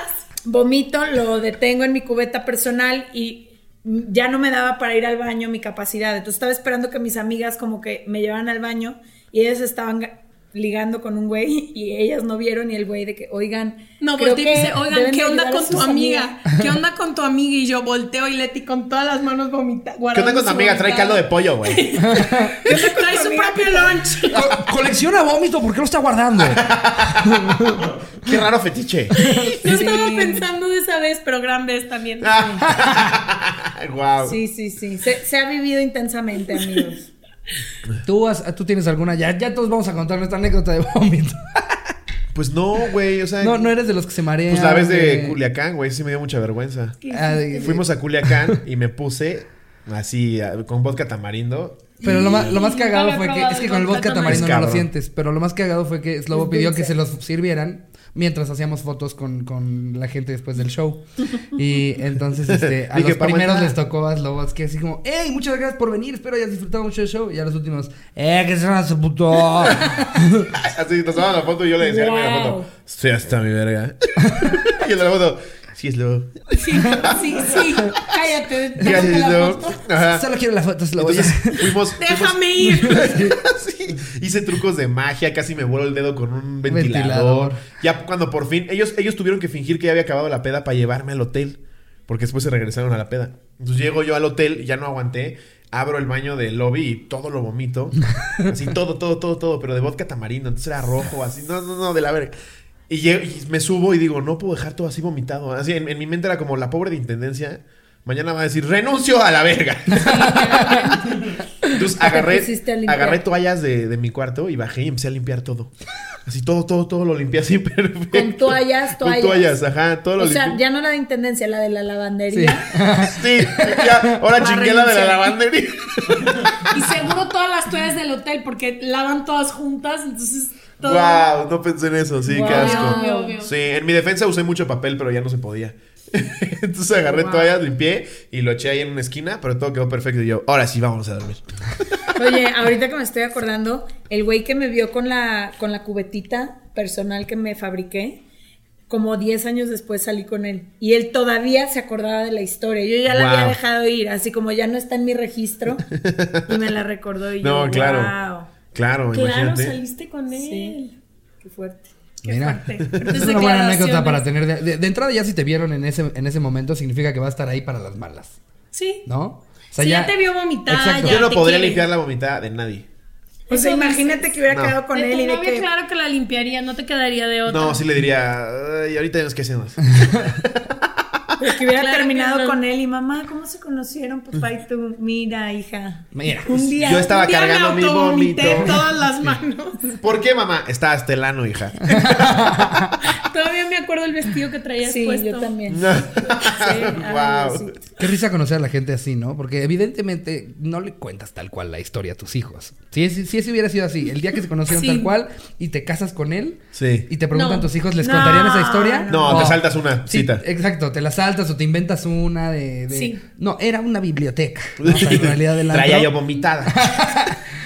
[SPEAKER 4] Vomito, lo detengo en mi cubeta personal y ya no me daba para ir al baño mi capacidad. Entonces estaba esperando que mis amigas como que me llevaran al baño y ellas estaban ga- ligando con un güey y ellas no vieron y el güey de que, oigan,
[SPEAKER 3] No,
[SPEAKER 4] creo
[SPEAKER 3] volteé y me dice,
[SPEAKER 4] que
[SPEAKER 3] oigan,
[SPEAKER 4] deben
[SPEAKER 3] ¿qué
[SPEAKER 4] de
[SPEAKER 3] onda
[SPEAKER 4] ayudar a
[SPEAKER 3] con tu
[SPEAKER 4] sus
[SPEAKER 3] amiga?
[SPEAKER 4] amigas".
[SPEAKER 3] ¿Qué onda con tu amiga? Y yo volteo y Leti con todas las manos vomita.
[SPEAKER 2] ¿Qué onda con tu amiga? Trae caldo de pollo, güey.
[SPEAKER 3] Trae
[SPEAKER 4] tu
[SPEAKER 3] su
[SPEAKER 4] amiga?
[SPEAKER 3] propio lunch.
[SPEAKER 1] Co- colecciona vómito, ¿por qué lo está guardando?
[SPEAKER 2] Qué raro fetiche.
[SPEAKER 3] Yo estaba pensando de esa vez, pero gran vez también.
[SPEAKER 2] Ah. wow.
[SPEAKER 4] Sí, sí, sí. Se, se ha vivido intensamente, amigos.
[SPEAKER 1] ¿Tú, has- tú tienes alguna, ya, ya todos vamos a contar nuestra anécdota de vómito.
[SPEAKER 2] Pues no, güey, o sea.
[SPEAKER 1] No, no eres de los que se marean.
[SPEAKER 2] Pues la vez de
[SPEAKER 1] güey.
[SPEAKER 2] Culiacán, güey, sí me dio mucha vergüenza.
[SPEAKER 1] Ah, de-
[SPEAKER 2] Fuimos a Culiacán y me puse así a- con vodka tamarindo.
[SPEAKER 1] Pero lo más, lo más
[SPEAKER 3] Nunca
[SPEAKER 1] cagado
[SPEAKER 3] había
[SPEAKER 1] fue que
[SPEAKER 3] probado
[SPEAKER 1] es que
[SPEAKER 3] el
[SPEAKER 1] con el
[SPEAKER 3] vodka
[SPEAKER 1] vodka tamarindo no
[SPEAKER 2] tamarindo.
[SPEAKER 1] lo sientes, pero lo más cagado fue que Slobo
[SPEAKER 4] Es
[SPEAKER 1] pidió
[SPEAKER 4] dulce.
[SPEAKER 1] que se los sirvieran mientras hacíamos fotos con, con la gente después del show. Y entonces este, a
[SPEAKER 2] Dije, "Pues,
[SPEAKER 1] los
[SPEAKER 2] "Pa'
[SPEAKER 1] primeros
[SPEAKER 2] aguantar".
[SPEAKER 1] les tocó a Slobo, es que así como, hey, muchas gracias por venir, espero hayas disfrutado mucho del show. Y a los últimos, eh, que se van a puto.
[SPEAKER 2] Así nos daban la foto y yo le decía a la
[SPEAKER 4] Wow.
[SPEAKER 2] foto, estoy hasta mi verga. y el de la foto, sí, es lo.
[SPEAKER 3] Sí, sí, sí. Cállate.
[SPEAKER 2] Gracias, es
[SPEAKER 3] tómate la
[SPEAKER 2] lo.
[SPEAKER 3] foto.
[SPEAKER 2] Ajá.
[SPEAKER 1] Solo quiero la foto, Slobo.
[SPEAKER 2] Entonces fuimos. fuimos-
[SPEAKER 3] Déjame ir.
[SPEAKER 2] Sí, Hice trucos de magia, casi me vuelo el dedo con un ventilador.
[SPEAKER 1] Ventilador.
[SPEAKER 2] Ya cuando por fin, ellos, ellos tuvieron que fingir que ya había acabado la peda para llevarme al hotel. porque después se regresaron a la peda. Entonces llego yo al hotel, ya no aguanté, abro el baño del lobby y todo lo vomito. Así todo, todo, todo, todo, pero de vodka tamarindo, entonces era rojo, así, no, no, no, de la verga. Y, llego- y me subo y digo, no puedo dejar todo así vomitado. Así, en, en mi mente era como la pobre de intendencia. Mañana va a decir, renuncio a la verga. Entonces agarré,
[SPEAKER 4] pusiste a limpiar.
[SPEAKER 2] agarré toallas de, de mi cuarto y bajé y empecé a limpiar todo. Así todo, todo, todo lo limpié así perfecto.
[SPEAKER 4] Con toallas, toallas.
[SPEAKER 2] Con toallas, ajá, todo lo
[SPEAKER 4] O sea,
[SPEAKER 2] limpié.
[SPEAKER 4] ya no la de intendencia, la de la lavandería.
[SPEAKER 2] Sí, ya, ahora
[SPEAKER 3] Para
[SPEAKER 2] chingué la de la
[SPEAKER 3] reiniciar.
[SPEAKER 2] lavandería.
[SPEAKER 3] Y seguro todas las toallas del hotel, porque lavan todas juntas, entonces todo.
[SPEAKER 2] Wow, no pensé en eso, sí, qué
[SPEAKER 4] Guau.
[SPEAKER 2] asco.
[SPEAKER 3] Obvio, obvio.
[SPEAKER 2] Sí, en mi defensa usé mucho papel, pero ya no se podía. Entonces agarré
[SPEAKER 3] Guau.
[SPEAKER 2] toallas, limpié y lo eché ahí en una esquina, pero todo quedó perfecto. Y yo, ahora sí, vamos a dormir.
[SPEAKER 4] Oye, ahorita que me estoy acordando, el güey que me vio con la, con la cubetita personal que me fabriqué, como 10 años después salí con él. Y él todavía se acordaba de la historia. Yo ya la
[SPEAKER 2] Wow.
[SPEAKER 4] había dejado ir, así como ya no está en mi registro. Y me la recordó y
[SPEAKER 2] No,
[SPEAKER 4] yo,
[SPEAKER 2] claro.
[SPEAKER 4] wow.
[SPEAKER 2] Claro,
[SPEAKER 3] Claro,
[SPEAKER 2] imagínate.
[SPEAKER 3] saliste con él.
[SPEAKER 4] Sí, qué fuerte.
[SPEAKER 3] Qué
[SPEAKER 1] Mira,
[SPEAKER 3] fuerte.
[SPEAKER 1] esa es
[SPEAKER 3] Fuertes
[SPEAKER 1] una buena anécdota
[SPEAKER 3] declaraciones.
[SPEAKER 1] para tener. De, de- de entrada, ya si te vieron en ese, en ese momento, significa que va a estar ahí para las malas,
[SPEAKER 3] Sí.
[SPEAKER 1] ¿no? O
[SPEAKER 3] Si ya te vio vomitar,
[SPEAKER 1] Exacto.
[SPEAKER 3] ya
[SPEAKER 2] Yo no
[SPEAKER 3] te
[SPEAKER 2] podría
[SPEAKER 3] quiere.
[SPEAKER 2] limpiar la vomitada de nadie.
[SPEAKER 4] O sea,
[SPEAKER 3] Eso
[SPEAKER 4] imagínate
[SPEAKER 3] dices.
[SPEAKER 4] que hubiera
[SPEAKER 2] No.
[SPEAKER 4] quedado con
[SPEAKER 3] de
[SPEAKER 4] él
[SPEAKER 3] tu
[SPEAKER 4] y de
[SPEAKER 3] novia,
[SPEAKER 4] que...
[SPEAKER 3] claro que la limpiaría, no te quedaría de otra.
[SPEAKER 2] No, sí le diría, "Ay, ahorita vemos qué hacemos.
[SPEAKER 4] Pero que hubiera
[SPEAKER 3] Claro que
[SPEAKER 4] terminado
[SPEAKER 3] no.
[SPEAKER 4] con él y mamá, ¿cómo se conocieron, papá? Y tú, mira, hija.
[SPEAKER 1] Mira.
[SPEAKER 4] Un día.
[SPEAKER 2] Yo estaba
[SPEAKER 3] Un día me
[SPEAKER 2] cargando mi
[SPEAKER 3] autovomité
[SPEAKER 2] vómito.
[SPEAKER 3] todas las manos.
[SPEAKER 2] ¿Por qué, mamá? Está hasta el ano, hija.
[SPEAKER 3] Todavía me acuerdo el vestido que traías
[SPEAKER 4] Sí,
[SPEAKER 3] puesto.
[SPEAKER 4] yo también. ay,
[SPEAKER 2] wow.
[SPEAKER 4] sí.
[SPEAKER 1] Qué risa conocer a la gente así, ¿no? Porque evidentemente no le cuentas tal cual la historia a tus hijos. Si es- si ese hubiera sido así, el día que se conocieron
[SPEAKER 3] Sí.
[SPEAKER 1] tal cual y te casas con él
[SPEAKER 2] Sí.
[SPEAKER 1] y te preguntan
[SPEAKER 3] No.
[SPEAKER 1] tus hijos, ¿les
[SPEAKER 4] No,
[SPEAKER 1] contarían esa historia?
[SPEAKER 2] No, te saltas una
[SPEAKER 1] Sí, eh,
[SPEAKER 2] cita.
[SPEAKER 1] Exacto, te la saltas o te inventas una de. de-
[SPEAKER 3] Sí.
[SPEAKER 1] No, era una biblioteca. ¿no? O sea, en realidad el
[SPEAKER 2] Traía yo
[SPEAKER 1] antro-
[SPEAKER 2] vomitada.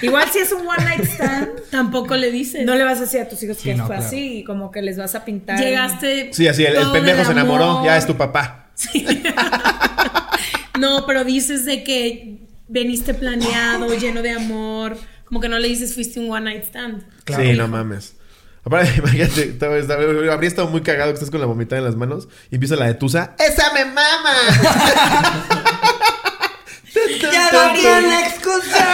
[SPEAKER 4] Igual si es un one night stand,
[SPEAKER 3] Tampoco le dices.
[SPEAKER 4] no le vas a decir a tus hijos que
[SPEAKER 1] Sí, no,
[SPEAKER 4] fue
[SPEAKER 1] claro.
[SPEAKER 4] así y como que les vas a pintar.
[SPEAKER 3] Llegaste.
[SPEAKER 2] Sí, así, el, el
[SPEAKER 3] todo
[SPEAKER 2] pendejo
[SPEAKER 3] del
[SPEAKER 2] se enamoró,
[SPEAKER 3] amor.
[SPEAKER 2] ya es tu papá.
[SPEAKER 3] Sí. no, pero dices de que veniste planeado, lleno de amor. Como que no le dices fuiste un one night stand.
[SPEAKER 1] Claro.
[SPEAKER 2] Sí, no mames. Aparte, imagínate, estaba- estaba- habría estado muy cagado que estás con la vomitada en las manos y empieza la de Tusa. ¡Esa me mama!
[SPEAKER 5] ¡Ya daría la excusa!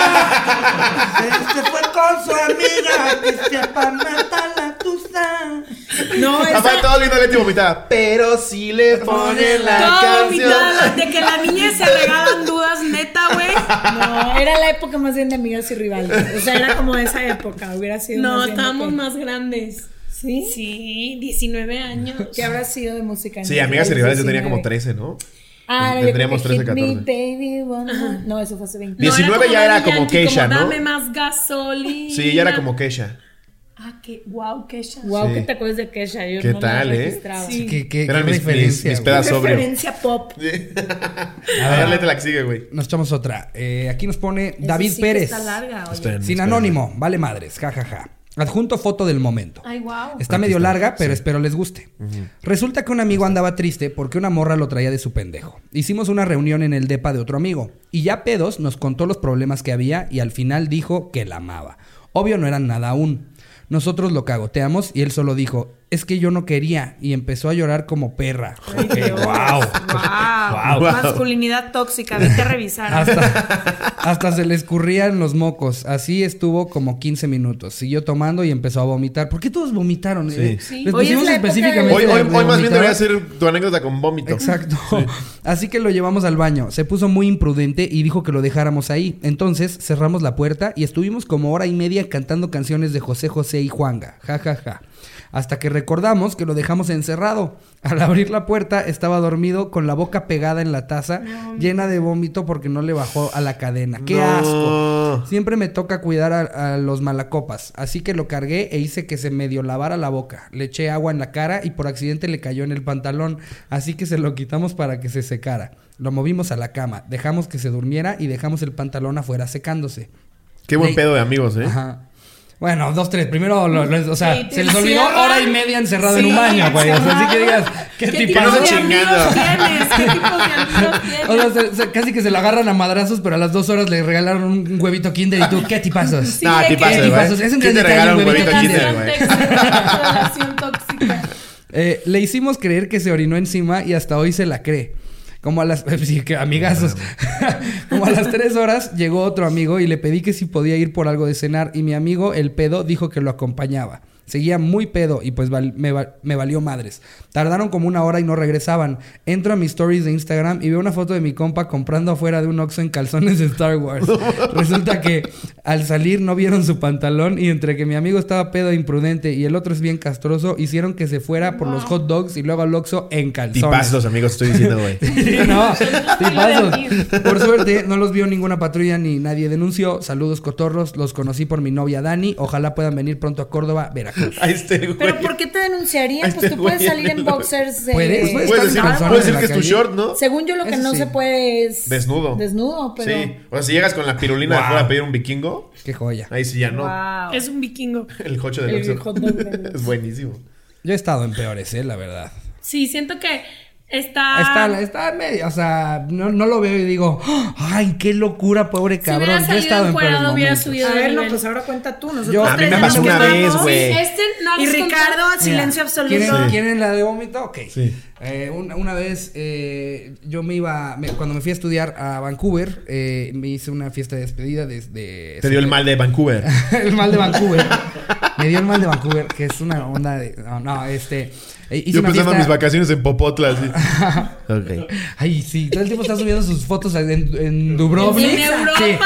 [SPEAKER 5] Se fue con su amiga que se pa' matar la tusa.
[SPEAKER 4] No, esa-
[SPEAKER 2] Aparte, todo lindo Leti vomitada. Pero si le ponen la
[SPEAKER 3] Todo
[SPEAKER 2] canción.
[SPEAKER 3] vomitado, de que la niña se regalan dudas, neta, güey.
[SPEAKER 4] no, era la época más bien de amigas y rivales. O sea, era como esa época, hubiera sido.
[SPEAKER 3] No,
[SPEAKER 4] más bien de
[SPEAKER 3] estábamos
[SPEAKER 4] que-
[SPEAKER 3] más grandes.
[SPEAKER 4] ¿Sí?
[SPEAKER 3] Sí, 19 años.
[SPEAKER 4] ¿Qué habrá sido de música?
[SPEAKER 2] Sí, amigas y rivales, yo tenía
[SPEAKER 4] 19.
[SPEAKER 2] como 13, ¿no?
[SPEAKER 4] Ah, yo
[SPEAKER 2] Tendríamos
[SPEAKER 4] creo que
[SPEAKER 2] 13,
[SPEAKER 4] Hit Me
[SPEAKER 2] 14.
[SPEAKER 4] Baby One More- No, eso fue hace 20.
[SPEAKER 3] No,
[SPEAKER 2] 19 ya era
[SPEAKER 3] Daddy
[SPEAKER 2] como
[SPEAKER 3] Yankee,
[SPEAKER 2] Keisha, ¿no?
[SPEAKER 3] Dame más gasolina.
[SPEAKER 2] Sí, ya era como Kesha.
[SPEAKER 3] Ah, que wow, Keisha.
[SPEAKER 4] Wow,
[SPEAKER 2] Sí.
[SPEAKER 4] que te acuerdas de Kesha. Yo
[SPEAKER 2] ¿Qué
[SPEAKER 4] no
[SPEAKER 2] tal,
[SPEAKER 4] la
[SPEAKER 2] eh?
[SPEAKER 4] registraba.
[SPEAKER 3] Sí.
[SPEAKER 1] Qué, qué-
[SPEAKER 2] Eran
[SPEAKER 1] qué
[SPEAKER 2] mis- mis-
[SPEAKER 1] referencia.
[SPEAKER 2] mis
[SPEAKER 1] güey.
[SPEAKER 2] pedazos. sobrio.
[SPEAKER 4] Referencia pop.
[SPEAKER 2] A ver, Leti la que sigue, güey.
[SPEAKER 1] Nos echamos otra. Eh, aquí nos pone
[SPEAKER 4] Eso
[SPEAKER 1] David
[SPEAKER 4] sí que
[SPEAKER 1] Pérez.
[SPEAKER 4] Está larga, oye.
[SPEAKER 2] Esperen,
[SPEAKER 1] Sin
[SPEAKER 2] esperen.
[SPEAKER 1] anónimo, vale madres, jajaja. Adjunto foto del momento.
[SPEAKER 3] Ay, wow.
[SPEAKER 1] Está medio larga, pero espero les guste. Resulta que un amigo andaba triste porque una morra lo traía de su pendejo. Hicimos una reunión en el depa de otro amigo y ya pedos nos contó los problemas que había y al final dijo que la amaba. Obvio no eran nada aún. Nosotros lo cagoteamos y él solo dijo, es que yo no quería y empezó a llorar como perra. wow.
[SPEAKER 4] Wow.
[SPEAKER 2] Wow.
[SPEAKER 4] Masculinidad tóxica, vete a revisar.
[SPEAKER 1] Hasta, hasta se le escurrían los mocos. Así estuvo como 15 minutos. Siguió tomando y empezó a vomitar. ¿Por qué todos vomitaron?
[SPEAKER 2] Sí.
[SPEAKER 1] Eh,
[SPEAKER 3] Sí.
[SPEAKER 1] Les
[SPEAKER 4] Hoy es
[SPEAKER 1] pusimos
[SPEAKER 4] la época
[SPEAKER 1] específicamente.
[SPEAKER 4] de-
[SPEAKER 2] Hoy,
[SPEAKER 1] de-
[SPEAKER 2] hoy,
[SPEAKER 1] de
[SPEAKER 2] hoy más bien
[SPEAKER 1] vomitar.
[SPEAKER 2] debería ser tu anécdota con vómito.
[SPEAKER 1] Exacto. Así que lo llevamos al baño. Se puso muy imprudente y dijo que lo dejáramos ahí. Entonces cerramos la puerta y estuvimos como hora y media cantando canciones de José José y Juanga. Ja, ja, ja. Hasta que recordamos que lo dejamos encerrado. Al abrir la puerta estaba dormido con la boca pegada en la taza, llena de vómito porque no le bajó a la cadena. ¡Qué
[SPEAKER 2] No.
[SPEAKER 1] asco! Siempre me toca cuidar a, a los malacopas, así que lo cargué e hice que se medio lavara la boca. Le eché agua en la cara y por accidente le cayó en el pantalón, así que se lo quitamos para que se secara. Lo movimos a la cama, dejamos que se durmiera y dejamos el pantalón afuera secándose.
[SPEAKER 2] Qué buen
[SPEAKER 1] Sí.
[SPEAKER 2] pedo de amigos, ¿eh?
[SPEAKER 1] Ajá. Bueno, dos, tres. Primero, lo- lo- o sea,
[SPEAKER 3] Sí, te
[SPEAKER 1] se les olvidó
[SPEAKER 3] encierran.
[SPEAKER 1] hora y media encerrado en
[SPEAKER 3] Sí,
[SPEAKER 1] un baño, güey. O sea, así que digas, ¿qué,
[SPEAKER 3] ¿Qué tipo de
[SPEAKER 1] tipazo?
[SPEAKER 2] no
[SPEAKER 3] amigos
[SPEAKER 2] chingando.
[SPEAKER 3] tienes? ¿Qué tipo de amigos tienes?
[SPEAKER 1] O sea, se- se- casi que se la agarran a madrazos, pero a las dos horas le regalaron un huevito Kinder y tú, ¿qué tipazos?
[SPEAKER 3] Sí, de que-
[SPEAKER 2] tipazos,
[SPEAKER 1] Sí,
[SPEAKER 2] güey.
[SPEAKER 1] tipazos. Es un
[SPEAKER 2] ¿Quién te
[SPEAKER 1] clásico
[SPEAKER 2] regala un
[SPEAKER 1] de un
[SPEAKER 2] huevito
[SPEAKER 1] huevito
[SPEAKER 2] Kinder,
[SPEAKER 3] Relación
[SPEAKER 2] güey?
[SPEAKER 3] tóxica, relación tóxica.
[SPEAKER 1] Eh, le hicimos creer que se orinó encima y hasta hoy se la cree. Como a las... Sí, que amigazos. Como a las tres horas llegó otro amigo y le pedí que si podía ir por algo de cenar y mi amigo, el pedo, dijo que lo acompañaba. Seguía muy pedo y pues val- me, va- me valió madres. Tardaron como una hora y no regresaban. Entro a mis stories de Instagram y veo una foto de mi compa comprando afuera de un Oxxo en calzones de Star Wars. Resulta que al salir no vieron su pantalón y entre que mi amigo estaba pedo e imprudente y el otro es bien castroso, hicieron que se fuera por los hot dogs y luego al Oxxo en
[SPEAKER 2] Tipaz,
[SPEAKER 1] calzones.
[SPEAKER 2] los amigos, estoy diciendo, güey.
[SPEAKER 1] Sí, no, tipazos.
[SPEAKER 3] Iba
[SPEAKER 1] Por suerte, no los vio ninguna patrulla ni nadie denunció. Saludos, cotorros. Los conocí por mi novia Dani. Ojalá puedan venir pronto a Córdoba, Veracruz.
[SPEAKER 2] Ahí está, güey.
[SPEAKER 4] Pero ¿por qué te denunciarían?
[SPEAKER 2] Ahí
[SPEAKER 4] Pues
[SPEAKER 2] está el
[SPEAKER 4] tú puedes
[SPEAKER 2] güey
[SPEAKER 4] salir
[SPEAKER 2] en
[SPEAKER 4] en
[SPEAKER 2] el-
[SPEAKER 4] boxers de...
[SPEAKER 1] Puedes, puedes
[SPEAKER 2] Puedes decir,
[SPEAKER 1] estar calzones
[SPEAKER 2] puedes decir
[SPEAKER 1] en la
[SPEAKER 2] que es tu
[SPEAKER 1] calle.
[SPEAKER 2] short, ¿no?
[SPEAKER 4] Según yo lo que
[SPEAKER 1] Eso
[SPEAKER 4] no
[SPEAKER 1] sí.
[SPEAKER 4] se puede es...
[SPEAKER 2] Desnudo.
[SPEAKER 4] Desnudo, pero...
[SPEAKER 2] Sí. O sea, si llegas con la pirulina de
[SPEAKER 1] Wow.
[SPEAKER 2] afuera a pedir un vikingo,
[SPEAKER 1] Qué joya.
[SPEAKER 2] ahí sí ya no.
[SPEAKER 4] Wow.
[SPEAKER 3] Es un vikingo.
[SPEAKER 2] El coche
[SPEAKER 4] El
[SPEAKER 2] del Oxxo.
[SPEAKER 4] hot dog del-
[SPEAKER 2] Es buenísimo.
[SPEAKER 1] Yo he estado en peores, eh, la verdad.
[SPEAKER 3] Sí, siento que está.
[SPEAKER 1] Está, está medio, o sea, no, no lo veo y digo, ay, qué locura, pobre
[SPEAKER 3] si
[SPEAKER 1] cabrón.
[SPEAKER 3] hubiera
[SPEAKER 1] Yo he
[SPEAKER 3] salido
[SPEAKER 1] estado en peores
[SPEAKER 3] encuerado, hubiera
[SPEAKER 1] momentos.
[SPEAKER 3] subido
[SPEAKER 4] A
[SPEAKER 3] de
[SPEAKER 4] ver, no,
[SPEAKER 3] nivel.
[SPEAKER 4] pues ahora cuenta tú. Nosotros
[SPEAKER 1] Yo-
[SPEAKER 2] A mí
[SPEAKER 4] tres
[SPEAKER 2] me
[SPEAKER 4] ya
[SPEAKER 2] pasó
[SPEAKER 4] nos
[SPEAKER 2] una
[SPEAKER 4] quejamos.
[SPEAKER 2] vez, güey.
[SPEAKER 3] Este no
[SPEAKER 4] Y
[SPEAKER 3] les
[SPEAKER 4] Ricardo,
[SPEAKER 3] contó-
[SPEAKER 1] Mira,
[SPEAKER 4] silencio absoluto.
[SPEAKER 1] ¿Quieren,
[SPEAKER 2] Sí.
[SPEAKER 1] quieren la de vómito? Ok.
[SPEAKER 2] Sí.
[SPEAKER 1] Eh, una, una vez eh, yo me iba, me- cuando me fui a estudiar a Vancouver, eh, me hice una fiesta de despedida desde...
[SPEAKER 2] Te dio el mal de Vancouver.
[SPEAKER 1] el mal de Vancouver. me dio el mal de Vancouver, que es una onda de... No, no, este... eh, hice
[SPEAKER 2] Yo
[SPEAKER 1] una
[SPEAKER 2] pensando en
[SPEAKER 1] fiesta-
[SPEAKER 2] mis vacaciones en Popotla. Así. ok.
[SPEAKER 1] Ay, sí, todo el tiempo está subiendo sus fotos en, en Dubrovnik.
[SPEAKER 3] En Europa.
[SPEAKER 1] Sí,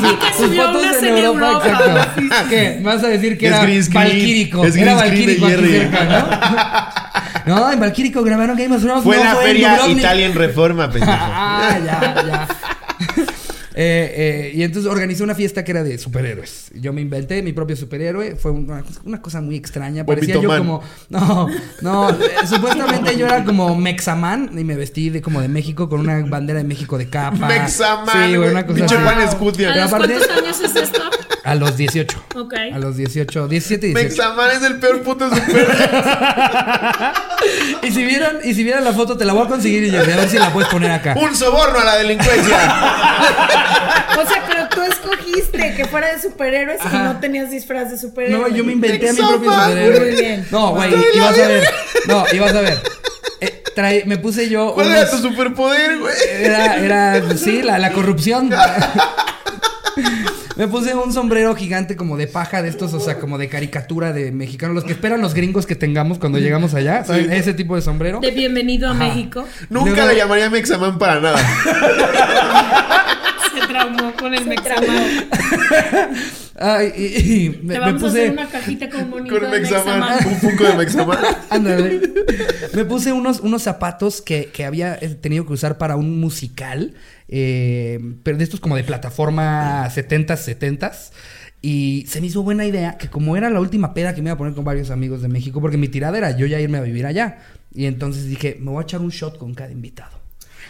[SPEAKER 3] Sí, que subió unas en Europa.
[SPEAKER 1] exacto. ¿Qué? Me vas a decir que
[SPEAKER 2] Es
[SPEAKER 1] era
[SPEAKER 2] green screen.
[SPEAKER 1] Valquírico.
[SPEAKER 2] Es
[SPEAKER 1] Era
[SPEAKER 2] green screen de
[SPEAKER 1] Valquírico aquí
[SPEAKER 2] Jerry.
[SPEAKER 1] cerca, ¿no? No, en Valquírico grabaron Game of Thrones.
[SPEAKER 2] Fue
[SPEAKER 1] no,
[SPEAKER 2] la
[SPEAKER 1] en
[SPEAKER 2] feria
[SPEAKER 1] Dubrovnik.
[SPEAKER 2] Italian Reforma, pendejo.
[SPEAKER 1] Ah, ya, ya. Eh, eh, y entonces organizé una fiesta que era de superhéroes. Yo me inventé mi propio superhéroe. Fue una, una cosa muy extraña. Parecía yo
[SPEAKER 2] Vomitoman.
[SPEAKER 1] como. No, no. eh, supuestamente yo era como Mexaman y me vestí de como de México con una bandera de México de capa.
[SPEAKER 2] Mexaman.
[SPEAKER 1] Sí, güey, una cosa
[SPEAKER 2] Pinche
[SPEAKER 1] así. Ah,
[SPEAKER 2] Juan
[SPEAKER 3] ¿A
[SPEAKER 2] Escutia.
[SPEAKER 1] Pero
[SPEAKER 3] los
[SPEAKER 1] aparte-
[SPEAKER 3] cuántos años es esto?
[SPEAKER 1] A los 18.
[SPEAKER 3] Ok.
[SPEAKER 1] A los 18, 17 y 18.
[SPEAKER 2] Mexaman es el peor puto super.
[SPEAKER 1] Y si vieran, y si vieran la foto, te la voy a conseguir y a ver si la puedes poner acá.
[SPEAKER 2] Un soborno a la delincuencia.
[SPEAKER 4] O sea, pero tú escogiste que fuera de superhéroes y no tenías disfraz de
[SPEAKER 1] No,
[SPEAKER 4] superhéroes.
[SPEAKER 1] yo me inventé a mi
[SPEAKER 2] Exoma,
[SPEAKER 1] propio
[SPEAKER 4] güey. Muy
[SPEAKER 1] superhéroe.
[SPEAKER 4] bien.
[SPEAKER 1] No, güey,
[SPEAKER 2] Estoy
[SPEAKER 1] ibas
[SPEAKER 2] la
[SPEAKER 1] a ver. No, ibas a ver. Eh, trae- me puse yo.
[SPEAKER 2] ¿Cuál era tu
[SPEAKER 1] unos-
[SPEAKER 2] superpoder, güey?
[SPEAKER 1] era, era, pues, sí, la, la corrupción. Me puse un sombrero gigante como de paja de estos, o sea, como de caricatura de mexicano. Los que esperan los gringos que tengamos cuando llegamos allá. ¿saben? Ese tipo de sombrero.
[SPEAKER 3] De bienvenido a México.
[SPEAKER 2] Nunca
[SPEAKER 1] Luego-
[SPEAKER 2] le llamaría Mexaman para nada.
[SPEAKER 3] Se traumó con el
[SPEAKER 4] traumó.
[SPEAKER 3] Mexaman.
[SPEAKER 1] Ay, y, y me,
[SPEAKER 3] Te
[SPEAKER 1] me
[SPEAKER 3] vamos a
[SPEAKER 1] puse.
[SPEAKER 3] hacer una cajita con monito
[SPEAKER 2] Con
[SPEAKER 3] de Mexaman.
[SPEAKER 2] Mexaman. Un funko de Mexaman.
[SPEAKER 1] Ándale. Me puse unos, unos zapatos que, que había eh, tenido que usar para un musical. eh, pero de estos como de plataforma 70s, 70s. Y se me hizo buena idea que como era la última peda que me iba a poner con varios amigos de México, porque mi tirada era yo ya irme a vivir allá. Y entonces dije, me voy a echar un shot con cada invitado.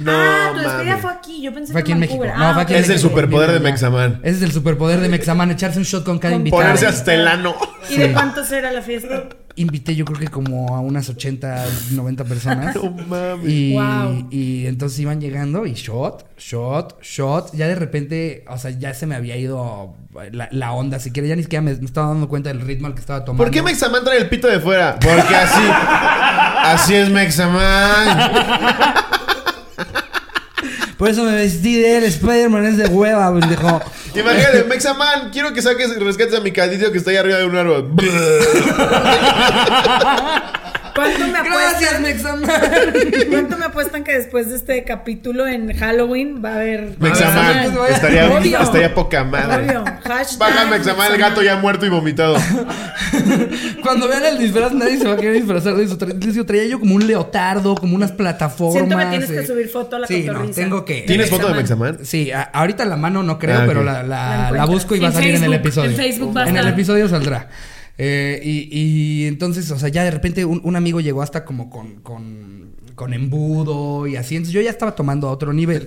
[SPEAKER 2] No,
[SPEAKER 4] ah, tu despedida
[SPEAKER 2] mames.
[SPEAKER 4] fue aquí. Yo pensé
[SPEAKER 1] Fue aquí
[SPEAKER 4] que
[SPEAKER 1] en México.
[SPEAKER 4] Vancouver.
[SPEAKER 1] No,
[SPEAKER 4] Ah,
[SPEAKER 1] fue aquí en
[SPEAKER 2] Es el
[SPEAKER 1] México.
[SPEAKER 2] superpoder de Mexaman.
[SPEAKER 1] Ese es el superpoder de Mexaman, echarse un shot con cada
[SPEAKER 4] Con-
[SPEAKER 1] invitado.
[SPEAKER 2] Ponerse hasta el ano.
[SPEAKER 4] ¿Y de cuántos era la fiesta?
[SPEAKER 1] invité yo creo que como a unas 80, 90 personas.
[SPEAKER 2] No mames.
[SPEAKER 1] Y,
[SPEAKER 4] Wow.
[SPEAKER 1] y entonces iban llegando y shot, shot, shot. Ya de repente, o sea, ya se me había ido la, la onda, si quieres. Ya ni siquiera me, me estaba dando cuenta del ritmo al que estaba tomando.
[SPEAKER 2] ¿Por qué Mexaman trae el pito de fuera? Porque así. Así es Mexaman.
[SPEAKER 1] Por eso me vestí de él. Spider-Man es de hueva, pendejo.
[SPEAKER 2] Imagínate, Mexaman, quiero que saques y rescates a mi cadillo que está ahí arriba de un árbol.
[SPEAKER 4] ¿Cuánto me
[SPEAKER 1] Gracias,
[SPEAKER 4] apuestan?
[SPEAKER 1] Mexaman.
[SPEAKER 4] ¿Cuánto me apuestan que después de este capítulo en Halloween va a haber
[SPEAKER 2] Mexaman.
[SPEAKER 1] Mexaman.
[SPEAKER 2] Estaría,
[SPEAKER 4] Obvio.
[SPEAKER 2] estaría poca madre.
[SPEAKER 4] Obvio. Hashtag
[SPEAKER 2] Baja Mexaman, el gato ya muerto y vomitado.
[SPEAKER 1] Cuando vean el disfraz, nadie se va a querer disfrazar de eso. Tra- Les digo, traía yo como un leotardo, como unas plataformas.
[SPEAKER 4] Siento que tienes que
[SPEAKER 1] eh.
[SPEAKER 4] subir foto a la
[SPEAKER 1] Sí, no,
[SPEAKER 4] cotorriza.
[SPEAKER 1] tengo que.
[SPEAKER 2] ¿Tienes foto de Mexaman?
[SPEAKER 1] Sí, a- ahorita la mano no creo,
[SPEAKER 2] Ah, ok.
[SPEAKER 1] pero la,
[SPEAKER 4] La
[SPEAKER 1] la, la
[SPEAKER 4] encuentras.
[SPEAKER 1] busco y va a
[SPEAKER 3] En
[SPEAKER 1] salir en el
[SPEAKER 3] Facebook,
[SPEAKER 1] episodio.
[SPEAKER 3] en Facebook va a
[SPEAKER 1] En el
[SPEAKER 3] estar.
[SPEAKER 1] episodio saldrá. Eh, y, y entonces, o sea, ya de repente un, un amigo llegó hasta como con, con, con embudo y así. Entonces yo ya estaba tomando a otro nivel.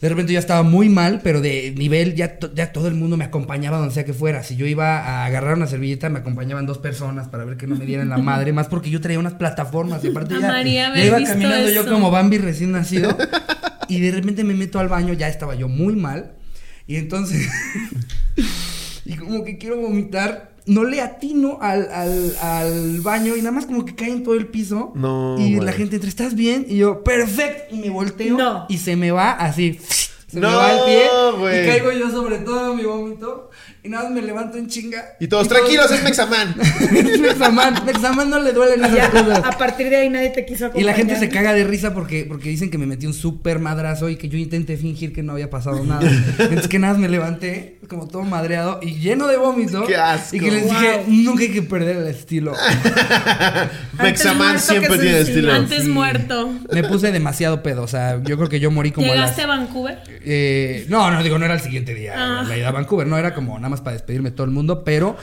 [SPEAKER 1] De repente yo estaba muy mal, pero de nivel ya, to- ya todo el mundo me acompañaba donde sea que fuera. Si yo iba a agarrar una servilleta, me acompañaban dos personas para ver que no me dieran la madre. Más porque yo traía unas plataformas. Y aparte ya,
[SPEAKER 3] Amaría
[SPEAKER 1] ya
[SPEAKER 3] haber
[SPEAKER 1] iba
[SPEAKER 3] visto
[SPEAKER 1] caminando yo
[SPEAKER 3] eso.
[SPEAKER 1] como Bambi recién nacido. Y de repente me meto al baño, ya estaba yo muy mal. Y entonces. y como que quiero vomitar. no le atino al, al, al baño y nada más como que cae en todo el piso.
[SPEAKER 2] No,
[SPEAKER 1] Y
[SPEAKER 2] güey.
[SPEAKER 1] la gente entra, ¿estás bien? Y yo, perfecto. Y me volteo.
[SPEAKER 4] No.
[SPEAKER 1] Y se me va así. Se me
[SPEAKER 2] No,
[SPEAKER 1] va el pie.
[SPEAKER 2] güey.
[SPEAKER 1] Y caigo yo sobre todo mi vómito. Y nada más me levanto en chinga.
[SPEAKER 2] Y todos, tranquilos, es Mexaman.
[SPEAKER 1] es Mexaman. Mexaman no le duelen esas cosas.
[SPEAKER 4] A partir de ahí nadie te
[SPEAKER 1] Y
[SPEAKER 4] quiso acompañar.
[SPEAKER 1] la gente se caga de risa porque, porque dicen que me metí un súper madrazo y que yo intenté fingir que no había pasado nada. Entonces que nada, más me levanté como todo madreado y lleno de vómito.
[SPEAKER 2] ¡Qué asco!
[SPEAKER 1] Y que les
[SPEAKER 4] Wow.
[SPEAKER 1] dije, nunca hay que perder el estilo.
[SPEAKER 2] Mexaman
[SPEAKER 4] muerto que
[SPEAKER 2] siempre tiene
[SPEAKER 4] sencillo.
[SPEAKER 2] estilo.
[SPEAKER 3] Antes muerto.
[SPEAKER 1] Me puse demasiado pedo, o sea, yo creo que yo morí como a las...
[SPEAKER 3] ¿Llegaste a Vancouver?
[SPEAKER 1] eh, no, no, digo, no era el siguiente día,
[SPEAKER 3] Ah.
[SPEAKER 1] la ida a Vancouver, no era como nada más para despedirme de todo el mundo, pero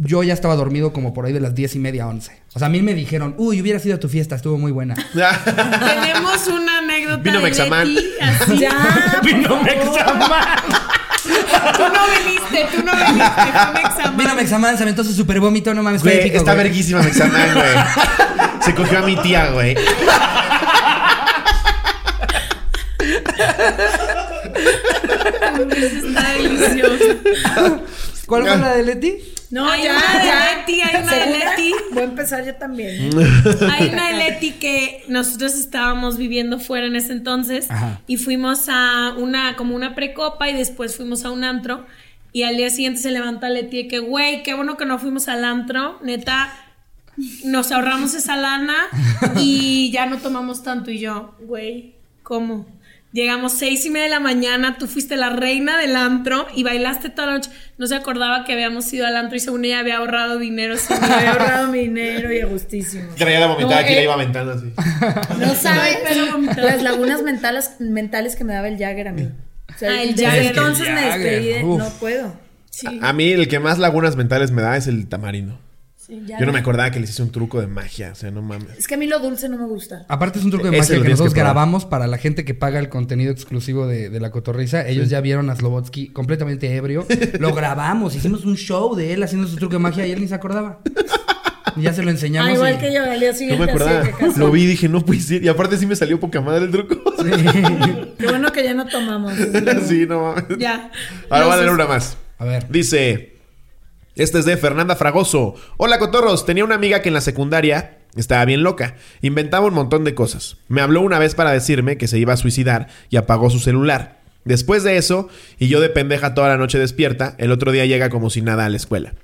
[SPEAKER 1] yo ya estaba dormido como por ahí de las diez y media, once. O sea, a mí me dijeron, uy, hubiera sido tu fiesta, estuvo muy buena.
[SPEAKER 3] Tenemos una anécdota
[SPEAKER 2] Vino
[SPEAKER 3] de
[SPEAKER 2] Mexaman.
[SPEAKER 3] Betty, así. Ah,
[SPEAKER 4] Ya,
[SPEAKER 1] Vino
[SPEAKER 3] Tú no viniste, tú no viniste, fue Mexaman.
[SPEAKER 1] Vino Mexaman, se aventó su super vómito, no mames, fue
[SPEAKER 2] Güey,
[SPEAKER 1] épico,
[SPEAKER 2] está
[SPEAKER 1] güey.
[SPEAKER 2] verguísima Mexaman, güey. Se cogió a mi tía, güey.
[SPEAKER 3] Está delicioso.
[SPEAKER 1] ¿Cuál
[SPEAKER 2] Ah.
[SPEAKER 1] fue la de Leti?
[SPEAKER 3] No,
[SPEAKER 4] Ay,
[SPEAKER 3] hay una de Leti, hay una de
[SPEAKER 4] ¿Segura?
[SPEAKER 3] Leti.
[SPEAKER 4] Voy a empezar yo también.
[SPEAKER 3] Hay una de Leti que nosotros estábamos viviendo fuera en ese entonces
[SPEAKER 1] Ajá.
[SPEAKER 3] y fuimos a una, como una precopa y después fuimos a un antro y al día siguiente se levanta Leti de que, güey, qué bueno que no fuimos al antro, neta, nos ahorramos esa lana y ya no tomamos tanto y yo, güey, ¿cómo? Llegamos seis y media de la mañana, tú fuiste la reina del antro y bailaste toda la noche. No se acordaba que habíamos ido al antro y según ella había ahorrado dinero. según
[SPEAKER 4] Me había
[SPEAKER 3] ella.
[SPEAKER 4] ahorrado mi dinero y a gustísimo.
[SPEAKER 2] Traía la vomitada
[SPEAKER 4] No,
[SPEAKER 2] que la
[SPEAKER 4] eh.
[SPEAKER 2] iba aventando así.
[SPEAKER 4] No sabes
[SPEAKER 3] pero vomitado.
[SPEAKER 4] las lagunas mentales, mentales que me daba el Jagger a mí. O sea,
[SPEAKER 3] Ah, el
[SPEAKER 4] desde
[SPEAKER 3] Jagger.
[SPEAKER 4] Entonces
[SPEAKER 1] El
[SPEAKER 4] me despedí de,
[SPEAKER 1] Jagger, uf.
[SPEAKER 4] no puedo.
[SPEAKER 3] Sí.
[SPEAKER 2] A mí, el que más lagunas mentales me da es el tamarindo. Yo no me acordaba que les hice un truco de magia. O sea, no mames.
[SPEAKER 4] Es que a mí lo dulce no me gusta.
[SPEAKER 1] Aparte es un truco de
[SPEAKER 2] Ese lo
[SPEAKER 1] magia que
[SPEAKER 2] tienes que
[SPEAKER 1] nosotros
[SPEAKER 2] probar.
[SPEAKER 1] grabamos para la gente que paga el contenido exclusivo de, de La Cotorrisa. Ellos ya vieron a Slobotsky completamente ebrio. Lo grabamos, hicimos un show de él haciendo su truco de magia y él ni se acordaba. Y ya se lo enseñamos.
[SPEAKER 4] Ah, igual
[SPEAKER 1] y-
[SPEAKER 4] que yo, al día
[SPEAKER 2] No me
[SPEAKER 4] siguiente así
[SPEAKER 2] acordaba.
[SPEAKER 4] de que casi-
[SPEAKER 2] Lo vi y dije, no puede ser. Y aparte sí me salió poca madre el truco.
[SPEAKER 4] Qué bueno que ya no tomamos.
[SPEAKER 2] sí, no mames.
[SPEAKER 3] Ya.
[SPEAKER 2] Ahora voy a
[SPEAKER 3] Los
[SPEAKER 2] leer una más.
[SPEAKER 1] A ver.
[SPEAKER 2] Dice, este es de Fernanda Fragoso. Hola cotorros, tenía una amiga que en la secundaria estaba bien loca. Inventaba un montón de cosas. Me habló una vez para decirme que se iba a suicidar y apagó su celular. Después de eso, y yo de pendeja toda la noche despierta, el otro día llega como si nada a la escuela.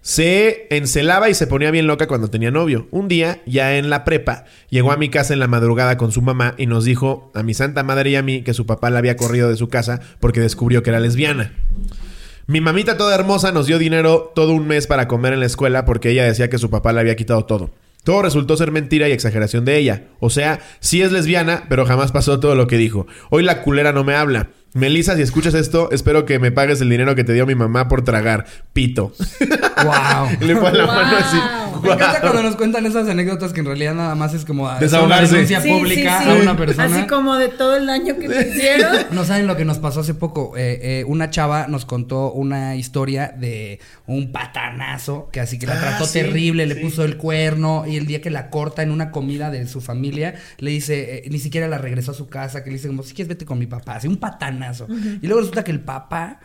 [SPEAKER 2] Se encelaba y se ponía bien loca cuando tenía novio. Un día, ya en la prepa, llegó a mi casa en la madrugada con su mamá y nos dijo a mi santa madre y a mí que su papá la había corrido de su casa porque descubrió que era lesbiana. Mi mamita toda hermosa nos dio dinero todo un mes para comer en la escuela porque ella decía que su papá le había quitado todo. Todo resultó ser mentira y exageración de ella. O sea, sí es lesbiana, pero jamás pasó todo lo que dijo. Hoy la culera no me habla. Melissa, si escuchas esto, espero que me pagues el dinero que te dio mi mamá por tragar. Pito.
[SPEAKER 1] Wow.
[SPEAKER 2] Le fue la mano así.
[SPEAKER 1] Me encanta
[SPEAKER 2] Guau.
[SPEAKER 1] cuando nos cuentan esas anécdotas que en realidad nada más es como hacer
[SPEAKER 2] Desahogarse.
[SPEAKER 1] una denuncia
[SPEAKER 4] Sí,
[SPEAKER 1] pública
[SPEAKER 4] sí, sí.
[SPEAKER 1] a una persona.
[SPEAKER 4] Así como de todo el daño que me hicieron.
[SPEAKER 1] No saben lo que nos pasó hace poco. Eh, eh, una chava nos contó una historia de un patanazo que así que la
[SPEAKER 2] Ah,
[SPEAKER 1] trató
[SPEAKER 2] sí,
[SPEAKER 1] terrible, le
[SPEAKER 2] sí.
[SPEAKER 1] puso el cuerno y el día que la corta en una comida de su familia, le dice, eh, ni siquiera la regresó a su casa, que le dice como, si quieres vete con mi papá, así un patanazo. Y luego resulta que el papá...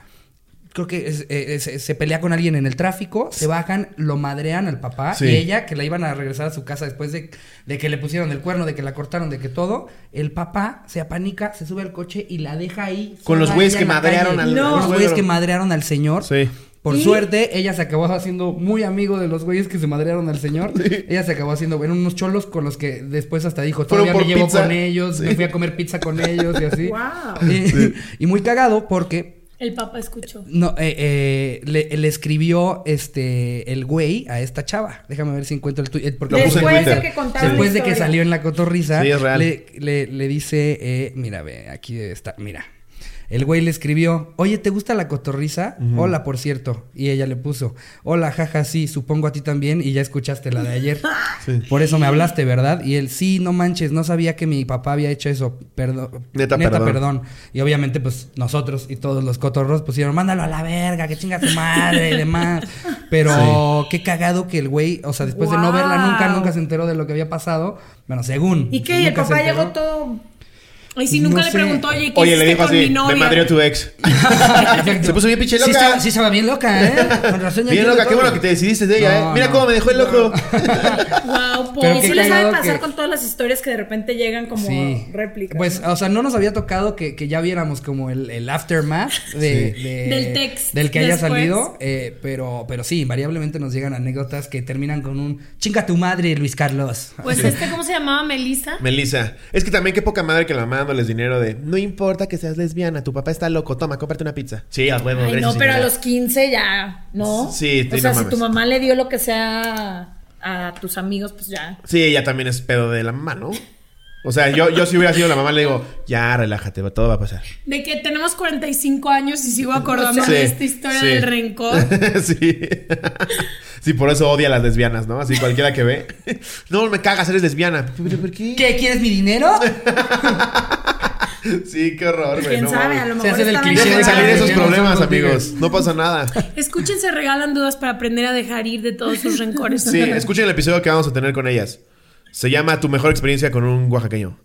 [SPEAKER 1] Creo que es- eh, eh, se, se pelea con alguien en el tráfico, se bajan, lo madrean al papá
[SPEAKER 2] Sí.
[SPEAKER 1] y ella, que la iban a regresar a su casa después de, de que le pusieron el cuerno, de que la cortaron, de que todo, el papá se apanica, se sube al coche y la deja ahí.
[SPEAKER 2] Con los
[SPEAKER 1] sola
[SPEAKER 2] güeyes
[SPEAKER 1] ella
[SPEAKER 2] que
[SPEAKER 1] en la
[SPEAKER 2] madrearon
[SPEAKER 1] calle.
[SPEAKER 2] al-
[SPEAKER 1] Con
[SPEAKER 2] al
[SPEAKER 1] los
[SPEAKER 2] güey,
[SPEAKER 1] güeyes
[SPEAKER 2] pero-
[SPEAKER 1] que madrearon al señor.
[SPEAKER 2] Sí.
[SPEAKER 1] Por
[SPEAKER 4] Y-
[SPEAKER 1] suerte, ella se acabó haciendo muy amigo de los güeyes que se madrearon al señor. Ella se acabó haciendo, eran unos cholos con los que después hasta dijo,
[SPEAKER 2] Fueron
[SPEAKER 1] todavía me
[SPEAKER 2] por
[SPEAKER 1] llevo
[SPEAKER 2] pizza".
[SPEAKER 1] con ellos, me fui a comer pizza con ellos y así.
[SPEAKER 4] Wow.
[SPEAKER 1] Y- y muy cagado porque
[SPEAKER 3] El papá escuchó.
[SPEAKER 1] no, eh, eh, le, le escribió este el güey a esta chava. Déjame ver si encuentro el tuyo.
[SPEAKER 2] Lo puse en
[SPEAKER 4] Después de
[SPEAKER 2] Twitter.
[SPEAKER 4] que contaron
[SPEAKER 1] Después
[SPEAKER 4] la
[SPEAKER 1] de que
[SPEAKER 4] historia.
[SPEAKER 1] salió en la cotorriza,
[SPEAKER 2] Sí, es real.
[SPEAKER 1] Le, le- le dice, eh, mira, ve, aquí está, mira. El güey le escribió, oye, ¿te gusta la cotorriza? Hola, por cierto. Y ella le puso, hola, jaja, sí, supongo a ti también y ya escuchaste la de ayer. Por eso me hablaste, ¿verdad? Y él, sí, no manches, no sabía que mi papá había hecho eso. Perdón.
[SPEAKER 2] Neta, perdón.
[SPEAKER 1] perdón. Y obviamente, pues, nosotros y todos los cotorros pusieron, mándalo a la verga, que chinga tu madre y demás. Pero qué cagado que el güey, o sea, después de no verla nunca,
[SPEAKER 4] Guau.
[SPEAKER 1] nunca se enteró de lo que había pasado. Bueno, según.
[SPEAKER 4] ¿Y qué? ¿Y el
[SPEAKER 1] nunca se
[SPEAKER 4] papá
[SPEAKER 1] enteró.
[SPEAKER 4] llegó todo
[SPEAKER 3] Y si nunca
[SPEAKER 1] No
[SPEAKER 3] le
[SPEAKER 1] sé.
[SPEAKER 3] preguntó, oye, ¿qué
[SPEAKER 2] Oye, le
[SPEAKER 3] hiciste
[SPEAKER 2] dijo
[SPEAKER 3] con mi
[SPEAKER 2] así, me
[SPEAKER 3] novia?
[SPEAKER 2] madrió tu ex.
[SPEAKER 1] Exacto.
[SPEAKER 2] Se puso bien pinche
[SPEAKER 6] Sí
[SPEAKER 2] loca.
[SPEAKER 6] estaba, sí estaba bien loca, ¿eh? Con razón. ya
[SPEAKER 2] bien
[SPEAKER 6] entiendo
[SPEAKER 2] loca, qué
[SPEAKER 6] todo.
[SPEAKER 2] bueno que te decidiste de ella,
[SPEAKER 1] No,
[SPEAKER 2] ¿eh? Mira
[SPEAKER 1] no.
[SPEAKER 2] cómo me dejó el loco.
[SPEAKER 3] Wow,
[SPEAKER 1] Pero
[SPEAKER 4] Y
[SPEAKER 1] qué
[SPEAKER 4] sí les sabe
[SPEAKER 1] cagado
[SPEAKER 4] pasar
[SPEAKER 1] que-
[SPEAKER 4] con todas las historias que de repente llegan como
[SPEAKER 1] Sí.
[SPEAKER 4] réplicas.
[SPEAKER 1] Pues,
[SPEAKER 4] ¿no?
[SPEAKER 1] o sea, no nos había tocado que, que ya viéramos como el, el aftermath de, de-
[SPEAKER 3] Del text
[SPEAKER 1] del que haya
[SPEAKER 3] después.
[SPEAKER 1] salido. eh, pero, pero sí, invariablemente nos llegan anécdotas que terminan con un chinga tu madre, Luis Carlos.
[SPEAKER 3] Pues este, ¿cómo se llamaba? Melissa.
[SPEAKER 2] Melissa, es que también qué poca madre que la mamá dándoles dinero de no importa que seas lesbiana, tu papá está loco, toma, cómprate una pizza. Sí, a huevo,
[SPEAKER 4] Ay, no,
[SPEAKER 2] gracias,
[SPEAKER 4] pero a
[SPEAKER 2] señora.
[SPEAKER 4] los 15 ya, ¿no?
[SPEAKER 2] Sí, sí,
[SPEAKER 4] O sea,
[SPEAKER 2] no
[SPEAKER 4] si
[SPEAKER 2] mames.
[SPEAKER 4] tu mamá le dio lo que sea a tus amigos, pues ya.
[SPEAKER 2] Sí, ella también es pedo de la mamá, ¿no? O sea, yo, yo si hubiera sido la mamá le digo, ya relájate, va- todo va a pasar.
[SPEAKER 3] De que tenemos 45 años y sigo acordando
[SPEAKER 2] Sí,
[SPEAKER 3] de esta historia
[SPEAKER 2] sí.
[SPEAKER 3] del rencor.
[SPEAKER 2] sí. sí, por eso odia a las lesbianas, ¿no? Así cualquiera que ve. no, me cagas, eres lesbiana. ¿Pero por qué?
[SPEAKER 1] ¿Qué? ¿Quieres mi dinero?
[SPEAKER 2] Sí, qué horror, güey.
[SPEAKER 4] ¿Quién
[SPEAKER 2] no
[SPEAKER 4] sabe?
[SPEAKER 2] mames.
[SPEAKER 4] A lo
[SPEAKER 1] Se
[SPEAKER 4] mejor
[SPEAKER 1] hace del
[SPEAKER 4] estaban
[SPEAKER 1] cliché
[SPEAKER 2] Dejen
[SPEAKER 1] de
[SPEAKER 2] salir
[SPEAKER 1] Las
[SPEAKER 2] esos
[SPEAKER 1] lesbianas
[SPEAKER 2] problemas,
[SPEAKER 1] son contigo.
[SPEAKER 2] amigos. No pasa nada.
[SPEAKER 3] Escuchen, se regalan dudas para aprender a dejar ir de todos sus rencores.
[SPEAKER 2] Sí, escuchen el episodio que vamos a tener con ellas. Se llama Tu mejor experiencia con un oaxaqueño.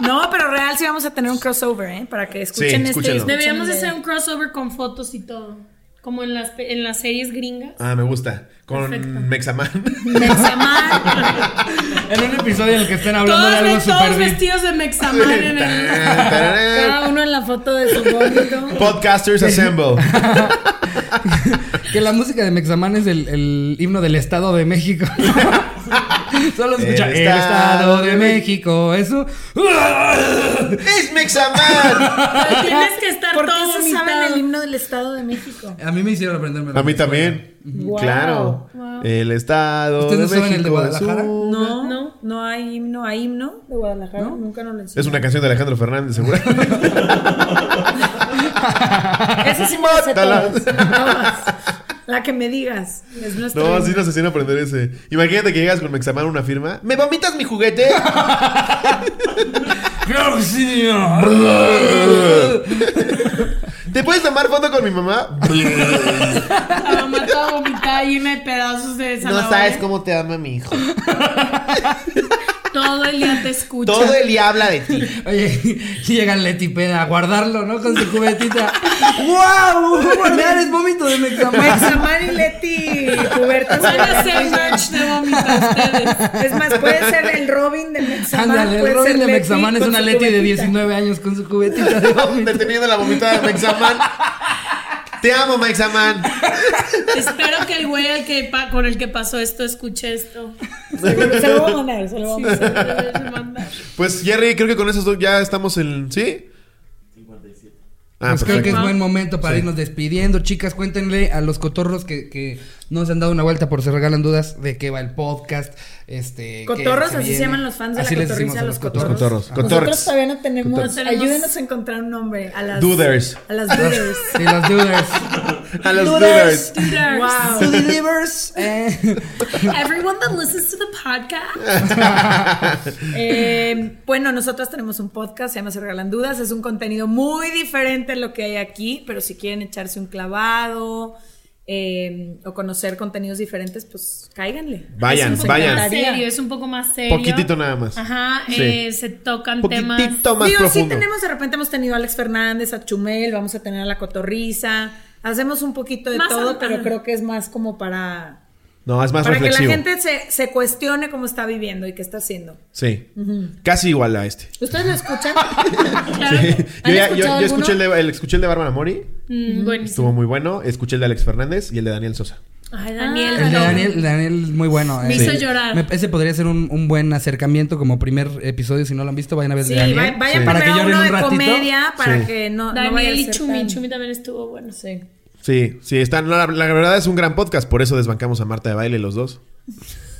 [SPEAKER 4] No, pero real sí vamos a tener un crossover, ¿eh? Para que escuchen este.
[SPEAKER 2] escúchenlo.
[SPEAKER 4] escuchen
[SPEAKER 3] Pues Deberíamos
[SPEAKER 4] el-
[SPEAKER 3] hacer un crossover con fotos y todo. Como en las, en las series gringas.
[SPEAKER 2] Ah, me gusta. Con
[SPEAKER 3] Perfecto.
[SPEAKER 2] Mexaman.
[SPEAKER 3] Mexaman.
[SPEAKER 1] en un episodio en el que estén hablando
[SPEAKER 3] todos
[SPEAKER 1] de algo
[SPEAKER 3] ve-
[SPEAKER 1] súper
[SPEAKER 3] todos
[SPEAKER 1] deep.
[SPEAKER 3] vestidos de Mexaman en el...
[SPEAKER 4] Cada uno en la foto de su bonito.
[SPEAKER 2] Podcasters Assemble.
[SPEAKER 1] Que la música de Mexaman es el, el himno del Estado de México. Solo se escucha
[SPEAKER 2] El
[SPEAKER 1] el
[SPEAKER 2] Estado
[SPEAKER 1] Estado
[SPEAKER 2] de
[SPEAKER 1] de México. Eso.
[SPEAKER 2] ¡Es Mexaman!
[SPEAKER 3] Pero Tienes que estar
[SPEAKER 4] ¿Por
[SPEAKER 3] todo
[SPEAKER 4] qué se saben
[SPEAKER 3] vomitado.
[SPEAKER 4] el himno del Estado de México?
[SPEAKER 1] A mí me hicieron aprenderme.
[SPEAKER 2] A mí también.
[SPEAKER 4] Wow.
[SPEAKER 2] Claro. El Estado.
[SPEAKER 1] ¿Ustedes no
[SPEAKER 2] de
[SPEAKER 1] saben el de
[SPEAKER 2] México es
[SPEAKER 1] Guadalajara?
[SPEAKER 2] un-
[SPEAKER 4] No, no, no hay himno, hay himno de Guadalajara, nunca nos lo
[SPEAKER 2] Es una canción de Alejandro Fernández, seguro.
[SPEAKER 4] Esa sí me la sé
[SPEAKER 2] Mátala.
[SPEAKER 4] todas, todas. La que me digas. Es nuestro
[SPEAKER 2] No,
[SPEAKER 4] himno.
[SPEAKER 2] sí nos hacían aprender ese. Imagínate que llegas con Mexaman a una firma. ¿Me vomitas mi juguete?
[SPEAKER 1] Claro que sí, señor.
[SPEAKER 2] ¿Te puedes tomar foto con mi mamá?
[SPEAKER 3] La mamá toda vomitada llena de pedazos de zanahoria.
[SPEAKER 2] cómo te ama mi hijo.
[SPEAKER 3] Todo el día te escucha.
[SPEAKER 2] el día habla de ti.
[SPEAKER 1] Oye, y llega Leti Peda a guardarlo, ¿no? Con su cubetita. ¡Wow! Guardar es vómito de Mexaman.
[SPEAKER 4] Mexamar y Leti Huberta
[SPEAKER 3] Van a hacer
[SPEAKER 4] seguramente.
[SPEAKER 3] merch de vómito ustedes.
[SPEAKER 4] Es más, puede ser el Robin de Mexamar.
[SPEAKER 1] Ándale, el
[SPEAKER 4] puede
[SPEAKER 1] Robin
[SPEAKER 4] ser
[SPEAKER 1] de
[SPEAKER 4] Leti
[SPEAKER 1] Mexaman es
[SPEAKER 4] con
[SPEAKER 1] una
[SPEAKER 4] su
[SPEAKER 1] Leti de
[SPEAKER 4] cubetita.
[SPEAKER 1] 19 años con su cubetita de vómito.
[SPEAKER 2] Deteniendo la vomitada de Mexaman. Te amo, Mexaman.
[SPEAKER 3] Espero que el güey al que pa- con el que pasó esto escuche esto.
[SPEAKER 4] Se lo voy a mandar, se lo voy a
[SPEAKER 3] Sí,
[SPEAKER 4] mandar.
[SPEAKER 3] se lo debes mandar.
[SPEAKER 2] Pues Jerry, creo que con esos dos ya estamos en. ¿Sí? 57. Ah,
[SPEAKER 1] Pues creo que es
[SPEAKER 2] perfecto.
[SPEAKER 1] buen momento para irnos despidiendo. Chicas, cuéntenle a los cotorros que, que no se han dado una vuelta por se regalan dudas de qué va el podcast. Este,
[SPEAKER 4] Cotorros,
[SPEAKER 1] qué
[SPEAKER 4] así se
[SPEAKER 1] viene.
[SPEAKER 4] llaman los fans de
[SPEAKER 1] Así
[SPEAKER 4] la
[SPEAKER 1] les decimos
[SPEAKER 4] cotorriza,
[SPEAKER 1] a
[SPEAKER 4] los
[SPEAKER 2] Los
[SPEAKER 4] cotorros.
[SPEAKER 2] cotorros.
[SPEAKER 4] Nosotros
[SPEAKER 2] Cotorros.
[SPEAKER 4] todavía no tenemos.
[SPEAKER 3] Cotorros.
[SPEAKER 4] Ayúdenos a encontrar un nombre. A las.
[SPEAKER 2] Duders.
[SPEAKER 4] A las duders.
[SPEAKER 1] Sí, los duders.
[SPEAKER 2] A los Duders.
[SPEAKER 3] Tutors.
[SPEAKER 4] wow.
[SPEAKER 1] To delivers. eh.
[SPEAKER 3] Everyone that listens to the podcast.
[SPEAKER 4] Eh, bueno, nosotros tenemos un podcast, se llama Se Regalan Dudas. Es un contenido muy diferente a lo que hay aquí, pero si quieren echarse un clavado eh, o conocer contenidos diferentes, pues cáiganle.
[SPEAKER 2] Vayan,
[SPEAKER 4] Eso nos
[SPEAKER 2] vayan.
[SPEAKER 3] Es
[SPEAKER 4] encantaría.
[SPEAKER 3] serio, es un poco más serio.
[SPEAKER 2] Ah, Poquitito nada más.
[SPEAKER 3] Ajá,
[SPEAKER 2] Sí.
[SPEAKER 3] eh, se tocan temas.
[SPEAKER 2] Poquitito más
[SPEAKER 4] Digo, sí
[SPEAKER 2] profundo.
[SPEAKER 4] tenemos, de repente hemos tenido a Alex Fernández, a Chumel, vamos a tener a La Cotorriza. Hacemos un poquito de
[SPEAKER 3] Más
[SPEAKER 4] todo,
[SPEAKER 3] a-
[SPEAKER 4] pero
[SPEAKER 3] ajá.
[SPEAKER 4] creo que es más como para,
[SPEAKER 2] No, es más
[SPEAKER 4] para que la
[SPEAKER 2] reflexivo.
[SPEAKER 4] gente se, se cuestione cómo está viviendo y qué está haciendo.
[SPEAKER 2] Sí. Casi igual a este.
[SPEAKER 4] ¿Ustedes lo escuchan?
[SPEAKER 3] Claro.
[SPEAKER 2] Sí. Yo,
[SPEAKER 4] ¿Han
[SPEAKER 2] ya- yo-
[SPEAKER 4] escuchado
[SPEAKER 2] yo escuché, el
[SPEAKER 4] alguno?
[SPEAKER 2] de, el- escuché el de Bárbara Mori.
[SPEAKER 3] Mm, buenísimo.
[SPEAKER 2] Estuvo muy bueno. Escuché el de Alex Fernández y el de Daniel Sosa.
[SPEAKER 4] Ah,
[SPEAKER 3] Ay, Daniel.
[SPEAKER 1] El de
[SPEAKER 3] no.
[SPEAKER 1] Daniel, el de Daniel es muy bueno.
[SPEAKER 3] Me
[SPEAKER 1] eh.
[SPEAKER 3] hizo llorar.
[SPEAKER 1] Me- ese podría ser un, un buen acercamiento como primer episodio. Si no lo han visto, vayan a ver el
[SPEAKER 4] Sí,
[SPEAKER 1] de Daniel.
[SPEAKER 4] va-
[SPEAKER 1] Sí.
[SPEAKER 4] vayan primero
[SPEAKER 1] Para que
[SPEAKER 4] a
[SPEAKER 1] lloren
[SPEAKER 4] uno
[SPEAKER 1] un
[SPEAKER 4] de
[SPEAKER 1] ratito.
[SPEAKER 4] comedia para
[SPEAKER 2] Sí.
[SPEAKER 4] que no, no vaya a
[SPEAKER 3] Daniel y
[SPEAKER 4] ser
[SPEAKER 3] Chumi.
[SPEAKER 4] tan-
[SPEAKER 3] Chumi también estuvo bueno. Sí.
[SPEAKER 2] Sí, sí, están. La, la verdad es un gran podcast. Por eso desbancamos a Marta de baile los dos.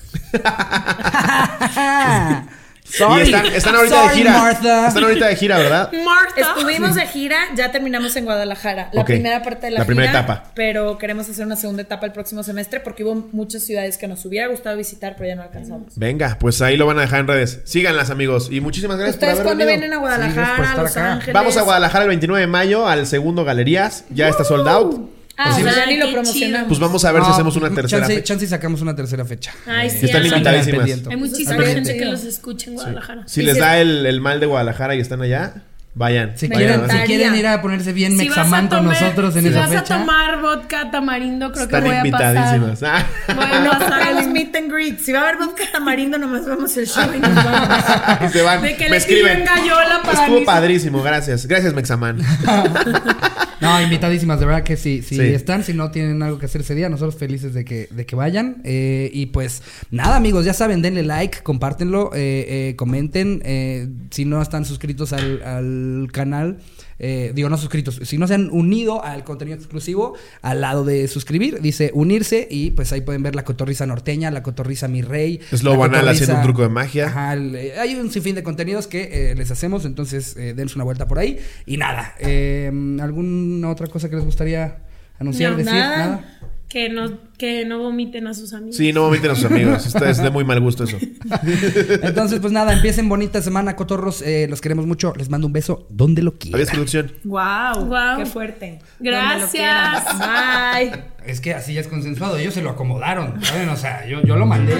[SPEAKER 2] Y están, están ahorita de
[SPEAKER 1] Sorry,
[SPEAKER 2] gira.
[SPEAKER 1] Martha.
[SPEAKER 2] Están ahorita de gira, ¿verdad?
[SPEAKER 3] Marta.
[SPEAKER 4] Estuvimos de gira, ya terminamos en Guadalajara, la
[SPEAKER 2] Ok.
[SPEAKER 4] primera parte de la,
[SPEAKER 2] La primera
[SPEAKER 4] gira,
[SPEAKER 2] etapa.
[SPEAKER 4] Pero queremos hacer una segunda etapa el próximo semestre porque hubo muchas ciudades que nos hubiera gustado visitar, pero ya no alcanzamos.
[SPEAKER 2] Venga, pues ahí lo van a dejar en redes. Síganlas, amigos. Y muchísimas gracias por
[SPEAKER 4] ¿Ustedes
[SPEAKER 2] haber
[SPEAKER 4] cuándo
[SPEAKER 2] venido.
[SPEAKER 4] vienen
[SPEAKER 1] Sí,
[SPEAKER 4] a
[SPEAKER 1] gracias por
[SPEAKER 4] Guadalajara,
[SPEAKER 1] estar
[SPEAKER 4] a Los
[SPEAKER 1] acá.
[SPEAKER 4] Ángeles?
[SPEAKER 2] Vamos a Guadalajara el 29 de mayo al segundo Galerías. Ya está sold out.
[SPEAKER 4] Ah,
[SPEAKER 3] Ay,
[SPEAKER 4] o sea, ni lo
[SPEAKER 3] qué
[SPEAKER 4] promocionamos.
[SPEAKER 2] Pues vamos a ver si
[SPEAKER 1] No,
[SPEAKER 2] hacemos una tercera
[SPEAKER 1] chance,
[SPEAKER 2] fecha.
[SPEAKER 1] chance y sacamos una tercera fecha.
[SPEAKER 3] Ay, sí,
[SPEAKER 2] Están
[SPEAKER 3] hay-
[SPEAKER 1] limitadas.
[SPEAKER 2] limitadísimas.
[SPEAKER 1] pendiente.
[SPEAKER 3] Hay muchísima
[SPEAKER 2] Exacto.
[SPEAKER 3] gente que
[SPEAKER 4] Sí.
[SPEAKER 3] los escucha en Guadalajara.
[SPEAKER 2] Si les da el, el mal de Guadalajara y están allá, vayan.
[SPEAKER 1] Si
[SPEAKER 4] Me
[SPEAKER 1] quieren, si
[SPEAKER 4] encantaría.
[SPEAKER 1] quieren ir a ponerse bien mexamán con nosotros en
[SPEAKER 3] si
[SPEAKER 1] esa
[SPEAKER 3] vas a
[SPEAKER 1] fecha.
[SPEAKER 3] tomar vodka tamarindo, creo
[SPEAKER 2] Están
[SPEAKER 3] que voy a pasar.
[SPEAKER 2] invitadísimas. Ah.
[SPEAKER 3] Voy a
[SPEAKER 4] No
[SPEAKER 3] pasar
[SPEAKER 4] hagamos
[SPEAKER 3] el-
[SPEAKER 4] meet and greet. Si va a haber vodka tamarindo, nomás vamos al show y nos vamos.
[SPEAKER 2] Y se van.
[SPEAKER 3] De que
[SPEAKER 2] Me
[SPEAKER 3] le
[SPEAKER 2] escriben.
[SPEAKER 3] escriben gallola para
[SPEAKER 2] Estuvo
[SPEAKER 3] mí.
[SPEAKER 2] padrísimo, gracias. Gracias, Mexamán.
[SPEAKER 1] No, invitadísimas, de verdad que sí, sí,
[SPEAKER 2] Sí.
[SPEAKER 1] están, si no tienen algo que hacer ese día, nosotros felices de que, de que vayan. Eh, y pues nada, amigos, ya saben, denle like, compártenlo, eh, eh, comenten. eh, si no están suscritos al, al canal, eh, digo, no suscritos, si no se han unido al contenido exclusivo, al lado de suscribir, dice unirse y pues ahí pueden ver la cotorriza norteña, la cotorriza mi rey.
[SPEAKER 2] Slow
[SPEAKER 1] la
[SPEAKER 2] Banal
[SPEAKER 1] Cotorriza-
[SPEAKER 2] haciendo un truco de magia.
[SPEAKER 1] Ajá, el- eh, hay un sinfín de contenidos que eh, les hacemos, entonces eh, dense una vuelta por ahí. Y nada, eh, ¿alguna otra cosa que les gustaría anunciar,
[SPEAKER 4] No,
[SPEAKER 1] decir? Nada.
[SPEAKER 4] nada.
[SPEAKER 3] Que no, que no vomiten a sus amigos.
[SPEAKER 2] Sí, no vomiten a sus amigos. Está- Es de muy mal gusto eso.
[SPEAKER 1] Entonces, pues nada, empiecen bonita semana, cotorros. eh, los queremos mucho. Les mando un beso donde lo quieran.
[SPEAKER 2] Adiós, producción.
[SPEAKER 4] wow,
[SPEAKER 3] Guau.
[SPEAKER 4] ¡Qué fuerte!
[SPEAKER 3] Gracias.
[SPEAKER 4] Donde lo quieras. Bye.
[SPEAKER 1] Es que así ya es consensuado. Ellos se lo acomodaron, ¿saben? O sea, yo, yo lo mandé.